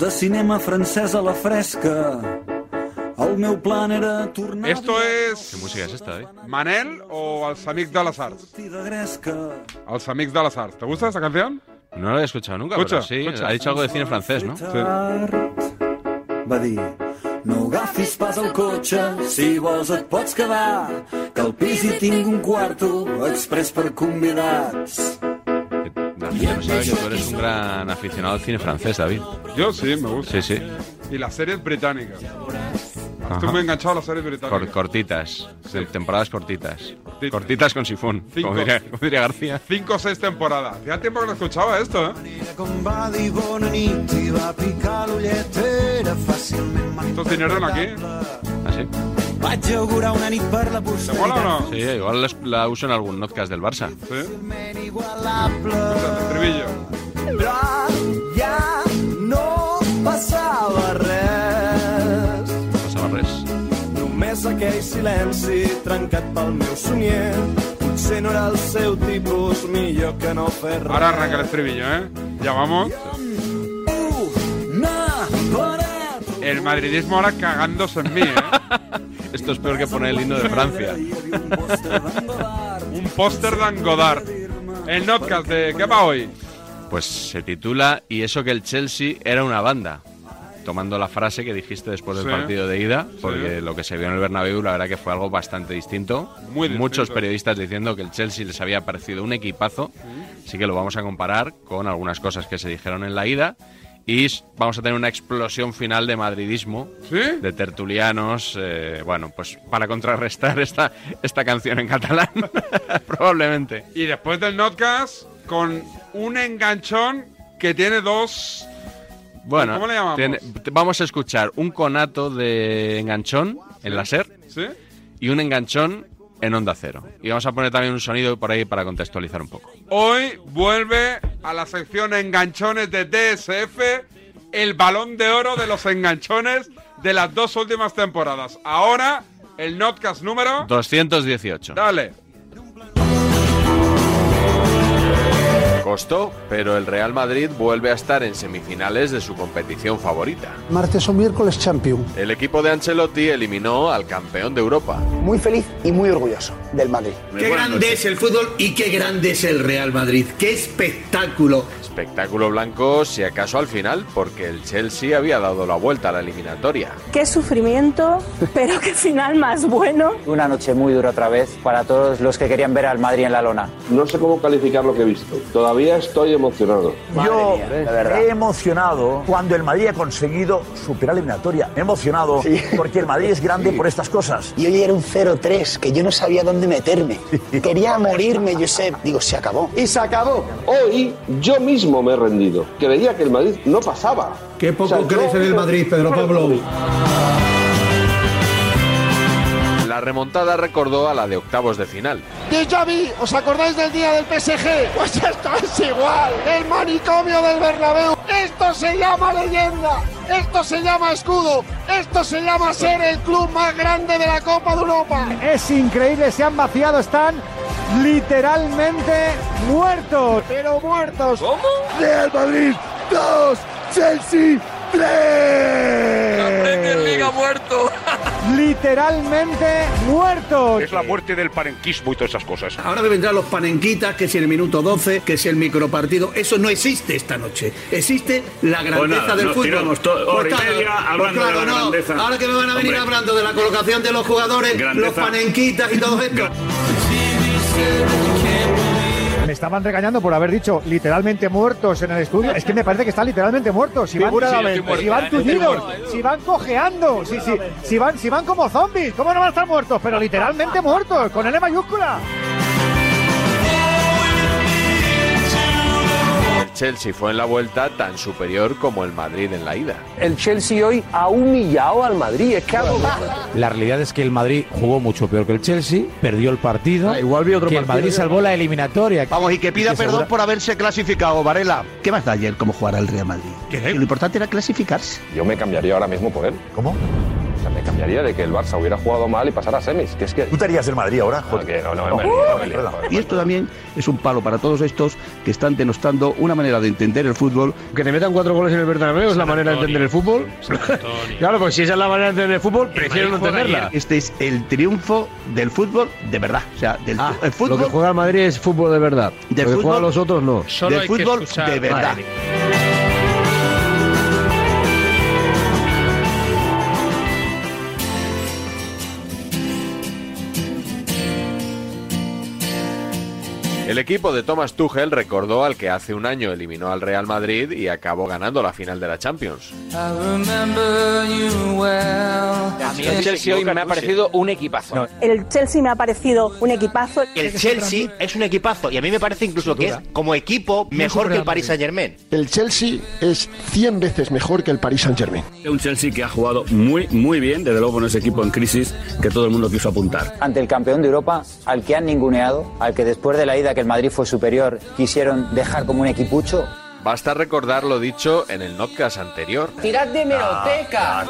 [SPEAKER 18] de cinema francès a la fresca. El meu plan era tornar
[SPEAKER 4] Esto es...
[SPEAKER 5] ¿Qué música es esta, eh?
[SPEAKER 4] ¿Manel o als amics de les arts? Als amics de les arts. ¿Te gusta esa canción?
[SPEAKER 5] No la he escuchado nunca,
[SPEAKER 4] Escucha,
[SPEAKER 5] pero sí.
[SPEAKER 4] escucha.
[SPEAKER 5] Ha dicho algo de cine francés, ¿no?
[SPEAKER 18] va dir no agafis pas el cotxe, si vols et pots quedar, que al pis hi tinc un quarto express per convidats.
[SPEAKER 5] La gente pensaba que tú eres un gran aficionado al cine francés, David.
[SPEAKER 4] Yo sí, me gusta.
[SPEAKER 5] Sí, sí.
[SPEAKER 4] Y las series británicas.
[SPEAKER 5] Ajá.
[SPEAKER 4] Estoy muy enganchado a las series
[SPEAKER 5] Cor-
[SPEAKER 4] británicas.
[SPEAKER 5] cortitas. Tem- Temporadas cortitas. Cortitas con sifón.
[SPEAKER 4] Cinco.
[SPEAKER 5] Como diría, como diría García.
[SPEAKER 4] Cinco o seis temporadas. Ya tiempo que no escuchaba esto, ¿eh?
[SPEAKER 18] Com va dir bona nit i va picar l'ullet, era fàcilment
[SPEAKER 4] Estos dineros aquí.
[SPEAKER 5] Así.
[SPEAKER 18] Vaig augurar una nit per la posteritat no?
[SPEAKER 5] Sí, igual la- la uso en algún podcast del Barça.
[SPEAKER 18] inigualable.
[SPEAKER 4] Estribillo.
[SPEAKER 18] Però ja no passava res.
[SPEAKER 5] Pasaba res.
[SPEAKER 18] Només aquell silenci trencat pel meu somnier. Potser no era el seu tipus, millor que no fer res.
[SPEAKER 4] Ahora arranca el estribillo, ¿eh? Ya vamos.
[SPEAKER 18] Uh,
[SPEAKER 4] El madridismo ahora cagándose en mí, ¿eh?
[SPEAKER 5] Esto es peor que poner el himno de Francia.
[SPEAKER 4] Un póster de Angodar. El podcast de ¿Qué va hoy?
[SPEAKER 5] Pues se titula Y eso que el Chelsea era una banda. Tomando la frase que dijiste después del
[SPEAKER 4] Sí.
[SPEAKER 5] partido de ida, porque lo que se vio en el Bernabéu la verdad que fue algo bastante distinto.
[SPEAKER 4] Muy distinto.
[SPEAKER 5] Muchos periodistas diciendo que el Chelsea les había parecido un equipazo, así que lo vamos a comparar con algunas cosas que se dijeron en la ida y s- vamos a tener una explosión final de madridismo, de tertulianos, eh, bueno, pues para contrarrestar esta, esta canción en catalán, probablemente.
[SPEAKER 4] Y después del podcast, con un enganchón que tiene dos.
[SPEAKER 5] Bueno,
[SPEAKER 4] ¿Cómo le llamamos?
[SPEAKER 5] tiene- te- vamos a escuchar un conato de enganchón en la SER
[SPEAKER 4] ¿Sí?
[SPEAKER 5] y un enganchón en onda cero. Y vamos a poner también un sonido por ahí para contextualizar un poco.
[SPEAKER 4] Hoy vuelve a la sección enganchones de DSF el balón de oro de los enganchones de las dos últimas temporadas. Ahora, el podcast número.
[SPEAKER 5] 218.
[SPEAKER 4] Dale.
[SPEAKER 5] Costó, pero el Real Madrid vuelve a estar en semifinales de su competición favorita.
[SPEAKER 28] Martes o miércoles champion.
[SPEAKER 5] El equipo de Ancelotti eliminó al campeón de Europa.
[SPEAKER 28] Muy feliz y muy orgulloso del Madrid.
[SPEAKER 29] Qué grande es el fútbol y qué grande es el Real Madrid. Qué espectáculo.
[SPEAKER 5] Espectáculo blanco, si acaso al final, porque el Chelsea había dado la vuelta a la eliminatoria.
[SPEAKER 30] Qué sufrimiento, pero qué final más bueno.
[SPEAKER 14] Una noche muy dura otra vez para todos los que querían ver al Madrid en la lona. No sé cómo calificar lo que he visto. Todavía estoy emocionado.
[SPEAKER 29] Yo he emocionado cuando el Madrid ha conseguido superar la eliminatoria. He emocionado porque el Madrid es grande por estas cosas.
[SPEAKER 28] Y hoy era un 0-3, que yo no sabía dónde meterme. Quería morirme, Josep. Digo, se acabó. Y se acabó.
[SPEAKER 14] Hoy yo mismo me he rendido. Creía que el Madrid no pasaba.
[SPEAKER 29] Qué poco
[SPEAKER 14] O sea,
[SPEAKER 29] crece
[SPEAKER 14] yo-
[SPEAKER 29] del Madrid, Pedro Pablo.
[SPEAKER 5] La remontada recordó a la de octavos de final.
[SPEAKER 17] Déjà vu, ¿os acordáis del día del PSG? Pues esto es igual, el manicomio del Bernabéu. Esto se llama leyenda, esto se llama escudo, esto se llama ser el club más grande de la Copa de Europa.
[SPEAKER 31] Es increíble, se han vaciado, están literalmente muertos.
[SPEAKER 17] Pero muertos. ¿Cómo? Real Madrid 2,
[SPEAKER 18] Chelsea 3.
[SPEAKER 32] Premier League ha muerto.
[SPEAKER 18] Literalmente muerto.
[SPEAKER 23] Es la muerte del parenquismo y todas esas cosas.
[SPEAKER 33] Ahora me vendrán los panenquitas, que si el minuto 12, que si el micropartido. Eso no existe esta noche. Existe la grandeza
[SPEAKER 34] Pues nada,
[SPEAKER 33] del fútbol.
[SPEAKER 34] nos
[SPEAKER 33] Pues
[SPEAKER 34] tiramos to- hora y
[SPEAKER 33] claro,
[SPEAKER 34] media hablando
[SPEAKER 33] claro,
[SPEAKER 34] de la
[SPEAKER 33] no.
[SPEAKER 34] grandeza.
[SPEAKER 33] Ahora que me van a venir
[SPEAKER 34] Hombre.
[SPEAKER 33] hablando de la colocación de los jugadores,
[SPEAKER 34] Grandeza.
[SPEAKER 33] los panenquitas y todo esto.
[SPEAKER 18] Me estaban regañando por haber dicho literalmente muertos en el estudio. Es que me parece que están literalmente muertos. Si van,
[SPEAKER 14] Figuradamente. Sí, estoy
[SPEAKER 18] si van
[SPEAKER 14] muerto.
[SPEAKER 18] tullidos,
[SPEAKER 14] Estoy muerto.
[SPEAKER 18] si van cojeando, si, si, si van, si van como zombies. ¿Cómo no van a estar muertos? Pero literalmente muertos, con L mayúscula.
[SPEAKER 5] El Chelsea fue en la vuelta tan superior como el Madrid en la ida.
[SPEAKER 14] El Chelsea hoy ha humillado al Madrid. Es que ha
[SPEAKER 16] La realidad es que el Madrid jugó mucho peor que el Chelsea, perdió el partido. Ah, igual vi otro que
[SPEAKER 14] partido.
[SPEAKER 16] el Madrid salvó la eliminatoria.
[SPEAKER 14] Vamos, y que pida
[SPEAKER 16] Y que
[SPEAKER 14] perdón
[SPEAKER 16] asegura-
[SPEAKER 14] por haberse clasificado, Varela.
[SPEAKER 16] ¿Qué más da ayer cómo jugará el Real Madrid?
[SPEAKER 14] Lo importante era clasificarse.
[SPEAKER 26] Yo me cambiaría ahora mismo por él. ¿Cómo? O sea, me cambiaría de que el Barça hubiera jugado mal y pasara a semis. Que es que... ¿Tú te harías el Madrid ahora? No, que no, no, me lío, no me lío, joder.
[SPEAKER 14] Y esto también es un palo para todos estos que están denostando una manera de entender el fútbol. Que te metan cuatro goles en el Bernabéu es la manera de entender el fútbol. claro, pues si esa es la manera de entender el fútbol,
[SPEAKER 16] prefiero no Madrid juega entenderla. ayer.
[SPEAKER 14] Este es el triunfo del fútbol de verdad. O sea, del fu- Ah, el fútbol.
[SPEAKER 16] Lo que juega el Madrid es fútbol de verdad.
[SPEAKER 14] Del
[SPEAKER 16] lo que
[SPEAKER 14] fútbol-
[SPEAKER 16] juegan los otros no.
[SPEAKER 14] del fútbol de verdad.
[SPEAKER 5] El equipo de Thomas Tuchel recordó al que hace un año eliminó al Real Madrid y acabó ganando la final de la Champions.
[SPEAKER 35] A mí el Chelsea hoy me ha parecido un equipazo.
[SPEAKER 6] El Chelsea me ha parecido un equipazo.
[SPEAKER 26] El Chelsea es un equipazo y a mí me parece incluso que es como equipo mejor que el Paris Saint Germain.
[SPEAKER 17] El Chelsea es 100 veces mejor que el Paris Saint-Germain.
[SPEAKER 15] Un Chelsea que ha jugado muy, muy bien, desde luego con ese equipo en crisis que todo el mundo quiso apuntar.
[SPEAKER 36] Ante el campeón de Europa, al que han ninguneado, al que después de la ida que el Madrid fue superior quisieron dejar como un equipucho.
[SPEAKER 5] Basta recordar lo dicho en el podcast anterior.
[SPEAKER 37] Tirad de meroteca.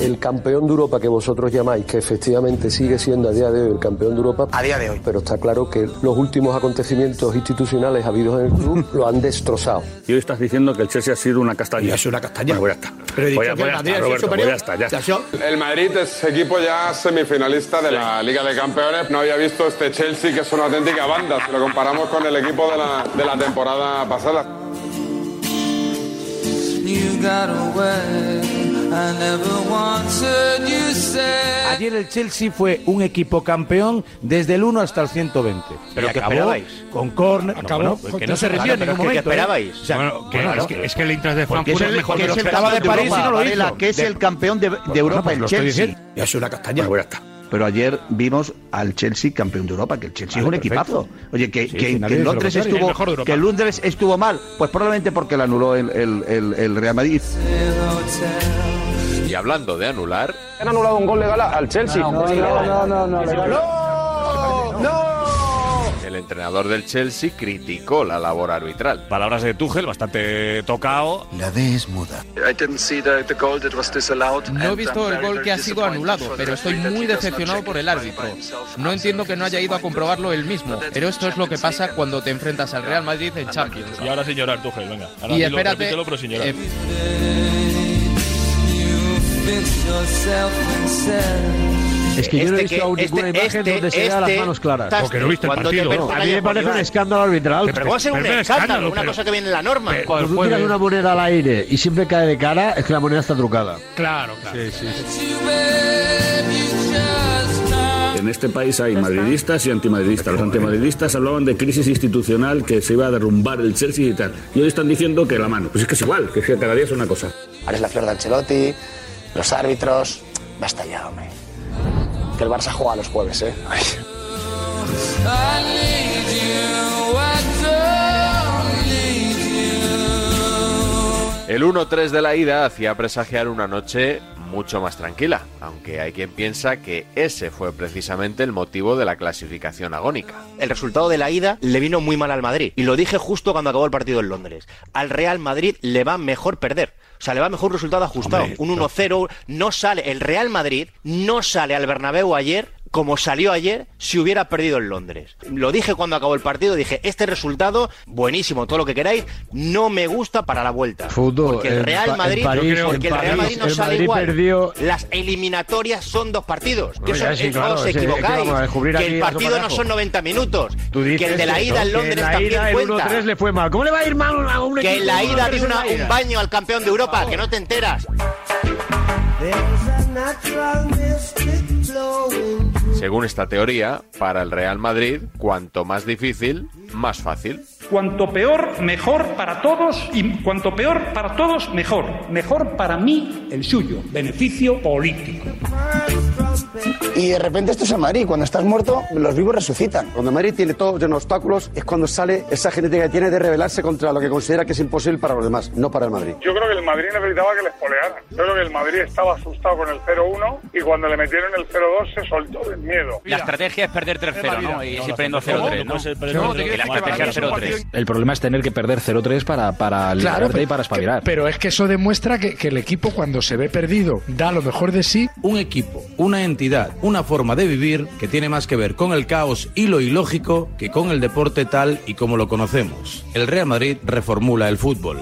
[SPEAKER 17] El campeón de Europa que vosotros llamáis, que efectivamente sigue siendo a día de hoy el campeón de Europa. A día de hoy. Pero está claro que los últimos acontecimientos institucionales habidos en el club lo han destrozado.
[SPEAKER 15] Y hoy estás diciendo que el Chelsea ha sido una castaña. es una castaña. Bueno, pues ya está.
[SPEAKER 17] Pero he dicho
[SPEAKER 15] Pues ya-
[SPEAKER 17] que el
[SPEAKER 15] pues ya está,
[SPEAKER 17] Madrid ha sido
[SPEAKER 15] Roberto, pues
[SPEAKER 17] superior.
[SPEAKER 15] ya está, ya está.
[SPEAKER 4] El Madrid es equipo ya semifinalista de la Liga de Campeones. No había visto este Chelsea que es una auténtica banda si lo comparamos con el equipo de la, de la temporada pasada.
[SPEAKER 16] Ayer el Chelsea fue un equipo campeón desde el 1 hasta el 120.
[SPEAKER 26] ¿Pero
[SPEAKER 16] Y
[SPEAKER 26] qué
[SPEAKER 16] acabó
[SPEAKER 26] esperabais?
[SPEAKER 16] Con corner.
[SPEAKER 26] Acabó
[SPEAKER 16] Ah, No, bueno,
[SPEAKER 26] con
[SPEAKER 16] que no se
[SPEAKER 26] tres-
[SPEAKER 16] rindió
[SPEAKER 26] Claro,
[SPEAKER 16] en
[SPEAKER 26] pero
[SPEAKER 16] ningún
[SPEAKER 26] ¿qué
[SPEAKER 16] momento. ¿eh?
[SPEAKER 26] esperabais?
[SPEAKER 16] O sea,
[SPEAKER 26] Bueno, que-
[SPEAKER 16] claro,
[SPEAKER 26] es que- es que el Eintracht de
[SPEAKER 16] Porque
[SPEAKER 26] Frankfurt
[SPEAKER 16] es el
[SPEAKER 26] es mejor
[SPEAKER 16] que
[SPEAKER 26] que
[SPEAKER 16] es
[SPEAKER 26] los
[SPEAKER 16] el
[SPEAKER 26] que
[SPEAKER 16] estaba de
[SPEAKER 26] estaban
[SPEAKER 16] París y
[SPEAKER 26] de
[SPEAKER 16] no lo
[SPEAKER 26] Europa,
[SPEAKER 16] hizo.
[SPEAKER 26] Varela,
[SPEAKER 14] que es el campeón de, de Europa,
[SPEAKER 16] pues
[SPEAKER 14] el
[SPEAKER 16] lo estoy
[SPEAKER 14] Chelsea.
[SPEAKER 16] diciendo.
[SPEAKER 14] Ya es una castaña. Pero ayer vimos al Chelsea campeón de Europa, que el Chelsea
[SPEAKER 16] Vale,
[SPEAKER 14] es un
[SPEAKER 16] perfecto.
[SPEAKER 14] equipazo. Oye, que,
[SPEAKER 16] Sí,
[SPEAKER 14] que-
[SPEAKER 16] sí,
[SPEAKER 14] que
[SPEAKER 16] nadie dice
[SPEAKER 14] en
[SPEAKER 16] lo
[SPEAKER 14] Londres
[SPEAKER 16] contrario. El
[SPEAKER 14] estuvo,
[SPEAKER 16] mejor de Europa.
[SPEAKER 14] que en Londres estuvo mal, pues probablemente porque lo anuló el, el- el- el Real Madrid.
[SPEAKER 5] Y hablando de anular,
[SPEAKER 26] Han anulado un gol legal al Chelsea.
[SPEAKER 5] no,
[SPEAKER 26] no, no.
[SPEAKER 5] el entrenador del Chelsea criticó la labor arbitral.
[SPEAKER 3] Palabras de Tuchel, bastante tocado. La D es muda.
[SPEAKER 19] No he visto el gol que ha sido anulado, pero estoy muy decepcionado por el árbitro. No entiendo que no haya ido a comprobarlo él mismo, pero esto es lo que pasa cuando te enfrentas al Real Madrid en Champions.
[SPEAKER 3] Y ahora sin llorar, Tuchel, venga. Ahora
[SPEAKER 19] Y
[SPEAKER 3] dilo,
[SPEAKER 19] espérate,
[SPEAKER 3] repítelo, pero sin llorar.
[SPEAKER 19] eh,
[SPEAKER 16] Es que yo no he visto aún ninguna
[SPEAKER 26] este-
[SPEAKER 16] imagen donde se vean las
[SPEAKER 26] este
[SPEAKER 16] manos claras.
[SPEAKER 26] Taste, Porque no viste el cuando te partido, ¿no?
[SPEAKER 16] A mí me
[SPEAKER 26] perjudica,
[SPEAKER 16] parece un
[SPEAKER 26] Iván.
[SPEAKER 16] escándalo arbitral.
[SPEAKER 26] Pero va a ser un
[SPEAKER 16] Pero-
[SPEAKER 26] escándalo, una
[SPEAKER 16] pero-
[SPEAKER 26] cosa que viene en la norma.
[SPEAKER 16] Cuando tú tiras una moneda al aire y siempre cae de cara, es que la moneda está trucada.
[SPEAKER 3] Claro, claro.
[SPEAKER 15] En este país hay madridistas y antimadridistas. Los antimadridistas hablaban de crisis institucional, que se iba a derrumbar el Chelsea y tal. Y hoy están diciendo que la mano. Pues es que es igual, que es que cada día es una cosa.
[SPEAKER 38] Ahora es la flor de Ancelotti, los árbitros. Basta ya, hombre. Que el Barça juega los jueves, ¿eh?
[SPEAKER 5] El 1-3 de la ida hacía presagiar una noche mucho más tranquila, aunque hay quien piensa que ese fue precisamente el motivo de la clasificación agónica.
[SPEAKER 26] El resultado de la ida le vino muy mal al Madrid. Y lo dije justo cuando acabó el partido en Londres. Al Real Madrid le va mejor perder. O sea, le va mejor un resultado ajustado. un 1-0. No sale. El Real Madrid no sale al Bernabéu ayer como salió ayer si hubiera perdido en Londres. Lo dije cuando acabó el partido, dije, este resultado, buenísimo, todo lo que queráis, no me gusta para la vuelta.
[SPEAKER 21] Fútbol. eh,
[SPEAKER 26] Porque el
[SPEAKER 21] en Pa-
[SPEAKER 26] Real
[SPEAKER 21] en
[SPEAKER 26] Madrid,
[SPEAKER 21] París,
[SPEAKER 26] porque
[SPEAKER 21] en
[SPEAKER 26] el Real
[SPEAKER 21] París,
[SPEAKER 26] Madrid no
[SPEAKER 21] el
[SPEAKER 26] sale
[SPEAKER 21] Madrid
[SPEAKER 26] igual.
[SPEAKER 21] perdió-
[SPEAKER 26] Las eliminatorias son dos partidos.
[SPEAKER 21] Bueno,
[SPEAKER 26] que eso
[SPEAKER 21] ya sí,
[SPEAKER 26] eh,
[SPEAKER 21] claro,
[SPEAKER 26] no os
[SPEAKER 21] sí, es que
[SPEAKER 26] equivocáis.
[SPEAKER 21] vamos a descubrir
[SPEAKER 26] Que
[SPEAKER 21] aquí
[SPEAKER 26] el
[SPEAKER 21] eso
[SPEAKER 26] partido no
[SPEAKER 21] barajo.
[SPEAKER 26] son 90 minutos.
[SPEAKER 21] Tú dices
[SPEAKER 26] Que el de la
[SPEAKER 21] eso,
[SPEAKER 26] ida en
[SPEAKER 21] que
[SPEAKER 26] Londres
[SPEAKER 21] la
[SPEAKER 26] también
[SPEAKER 21] ida, el
[SPEAKER 26] cuenta.
[SPEAKER 21] 1-3 le fue mal. ¿Cómo le va a ir mal a un
[SPEAKER 26] Que
[SPEAKER 21] equipo
[SPEAKER 26] en la
[SPEAKER 21] que no
[SPEAKER 26] ida
[SPEAKER 21] tiene
[SPEAKER 26] dio una-
[SPEAKER 21] una ida?
[SPEAKER 26] un baño al campeón de Europa, que no te enteras.
[SPEAKER 39] Según esta teoría, para el Real Madrid, cuanto más difícil, más fácil.
[SPEAKER 40] Cuanto peor, mejor para todos y cuanto peor para todos, mejor. Mejor para mí, el suyo. Beneficio político.
[SPEAKER 41] Y de repente esto es a Madrid. Cuando estás muerto, los vivos resucitan. Cuando Madrid tiene todos llenos de obstáculos, es cuando sale esa genética que tiene de rebelarse contra lo que considera que es imposible para los demás, no para el Madrid.
[SPEAKER 42] Yo creo que el Madrid necesitaba que les polearan. Yo creo que el Madrid estaba asustado con el 0-1 y cuando le metieron el 0-2 se soltó del miedo.
[SPEAKER 43] La estrategia es perder 3-0, ¿no? Y si perdiendo 0-3, ¿no? Y la estrategia es 0-3.
[SPEAKER 44] El problema es tener que perder 0-3 para, para liberarte
[SPEAKER 43] pero-
[SPEAKER 44] y para espabilar.
[SPEAKER 43] Pero es que eso demuestra que, que el equipo cuando se ve perdido da lo mejor de sí.
[SPEAKER 14] Un equipo, una entidad, una forma de vivir que tiene más que ver con el caos y lo ilógico que con el deporte tal y como lo conocemos. El Real Madrid reformula el fútbol.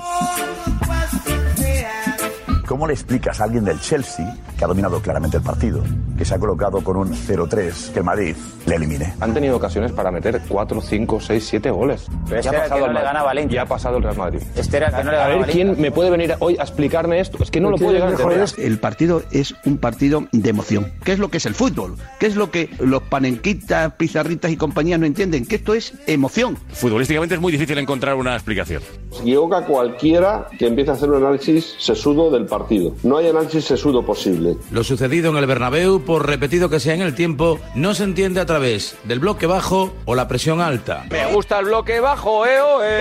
[SPEAKER 45] ¿Cómo le explicas a alguien del Chelsea, que ha dominado claramente el partido, que se ha colocado con un 0-3, que el Madrid le elimine?
[SPEAKER 46] Han tenido ocasiones para meter 4, 5, 6, 7 goles.
[SPEAKER 45] Pero este era el que no le
[SPEAKER 46] Madrid.
[SPEAKER 45] ganaba al Inter.
[SPEAKER 46] Ya ha pasado el Real Madrid.
[SPEAKER 45] Este era el que no le
[SPEAKER 46] A
[SPEAKER 45] ganaba
[SPEAKER 46] ver,
[SPEAKER 45] al
[SPEAKER 46] ¿quién me puede venir hoy a explicarme esto? Es que no lo puedo llegar a entender.
[SPEAKER 47] El partido es un partido de emoción. ¿Qué es lo que es el fútbol? ¿Qué es lo que los panenquitas, pizarritas y compañías no entienden? Que esto es emoción.
[SPEAKER 15] Futbolísticamente es muy difícil encontrar una explicación.
[SPEAKER 5] Se equivoca cualquiera que empiece a hacer un análisis sesudo del partido. No hay análisis sesudo posible.
[SPEAKER 14] Lo sucedido en el Bernabéu, por repetido que sea en el tiempo, no se entiende a través del bloque bajo o la presión alta.
[SPEAKER 46] Me gusta el bloque bajo, eh, oh, eh.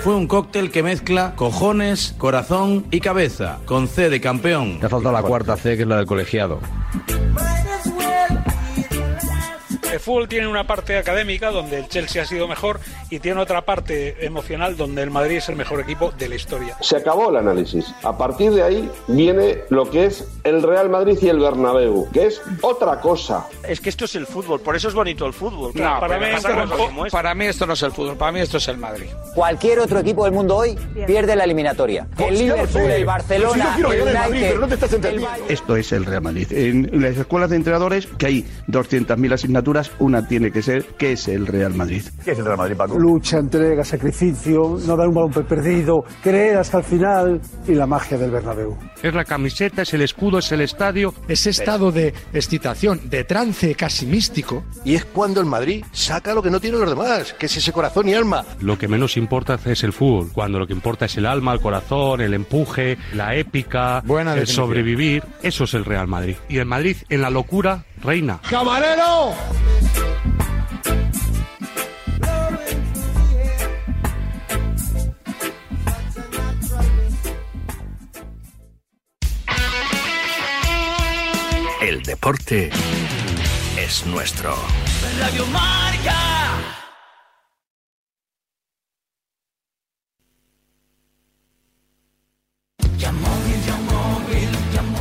[SPEAKER 14] Fue un cóctel que mezcla cojones, corazón y cabeza, con C de campeón. Te ha faltado la cuarta C, que es la del colegiado.
[SPEAKER 18] El fútbol tiene una parte académica donde el Chelsea ha sido mejor y tiene otra parte emocional donde el Madrid es el mejor equipo de la historia.
[SPEAKER 5] Se acabó el análisis. A partir de ahí viene lo que es el Real Madrid y el Bernabéu, que es otra cosa.
[SPEAKER 19] Es que esto es el fútbol, por eso es bonito el fútbol. No, para, mí esto no- para mí esto no es el fútbol, para mí esto es el Madrid.
[SPEAKER 48] Cualquier otro equipo del mundo hoy pierde la eliminatoria. El Liverpool, el Barcelona, el United,
[SPEAKER 47] Esto es el Real Madrid. En las escuelas de entrenadores, que hay 200.000 asignaturas, una tiene que ser ¿qué es el Real Madrid?
[SPEAKER 45] ¿Qué es el Real Madrid, Paco?
[SPEAKER 18] Lucha, entrega, sacrificio, no dar un balón per- perdido, creer hasta el final y la magia del Bernabéu.
[SPEAKER 49] Es la camiseta, es el escudo, es el estadio.
[SPEAKER 43] Ese estado de excitación, de trance casi místico.
[SPEAKER 50] Y es cuando el Madrid saca lo que no tienen los demás, que es ese corazón y alma.
[SPEAKER 15] Lo que menos importa es el fútbol, cuando lo que importa es el alma, el corazón, el empuje, la épica, el
[SPEAKER 17] definición.
[SPEAKER 15] sobrevivir. Eso es el Real Madrid. Y el Madrid en la locura reina.
[SPEAKER 17] ¡Camarero!
[SPEAKER 51] El deporte es nuestro.
[SPEAKER 16] Radio Marca.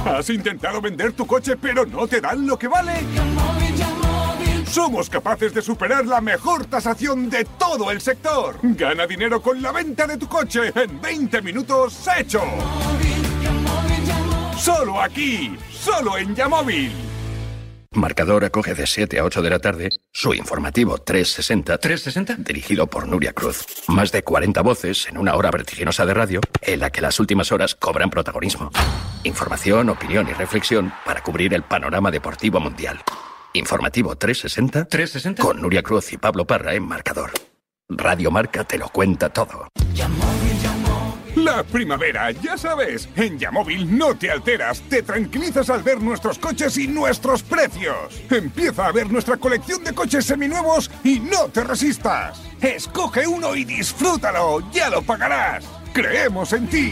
[SPEAKER 23] Has intentado vender tu coche, pero no te dan lo que vale. Somos capaces de superar la mejor tasación de todo el sector. Gana dinero con la venta de tu coche en 20 minutos hecho. Solo aquí, solo en Yamóvil.
[SPEAKER 51] Marcador acoge de 7 a 8 de la tarde su informativo 360. ¿360? Dirigido por Nuria Cruz. Más de 40 voces en una hora vertiginosa de radio en la que las últimas horas cobran protagonismo. Información, opinión y reflexión para cubrir el panorama deportivo mundial. Informativo 360. 360. Con Nuria Cruz y Pablo Parra en Marcador. Radio Marca te lo cuenta todo.
[SPEAKER 23] La primavera, ya sabes, en Yamóvil no te alteras, te tranquilizas al ver nuestros coches y nuestros precios. Empieza a ver nuestra colección de coches seminuevos y no te resistas. Escoge uno y disfrútalo, ya lo pagarás. Creemos en ti.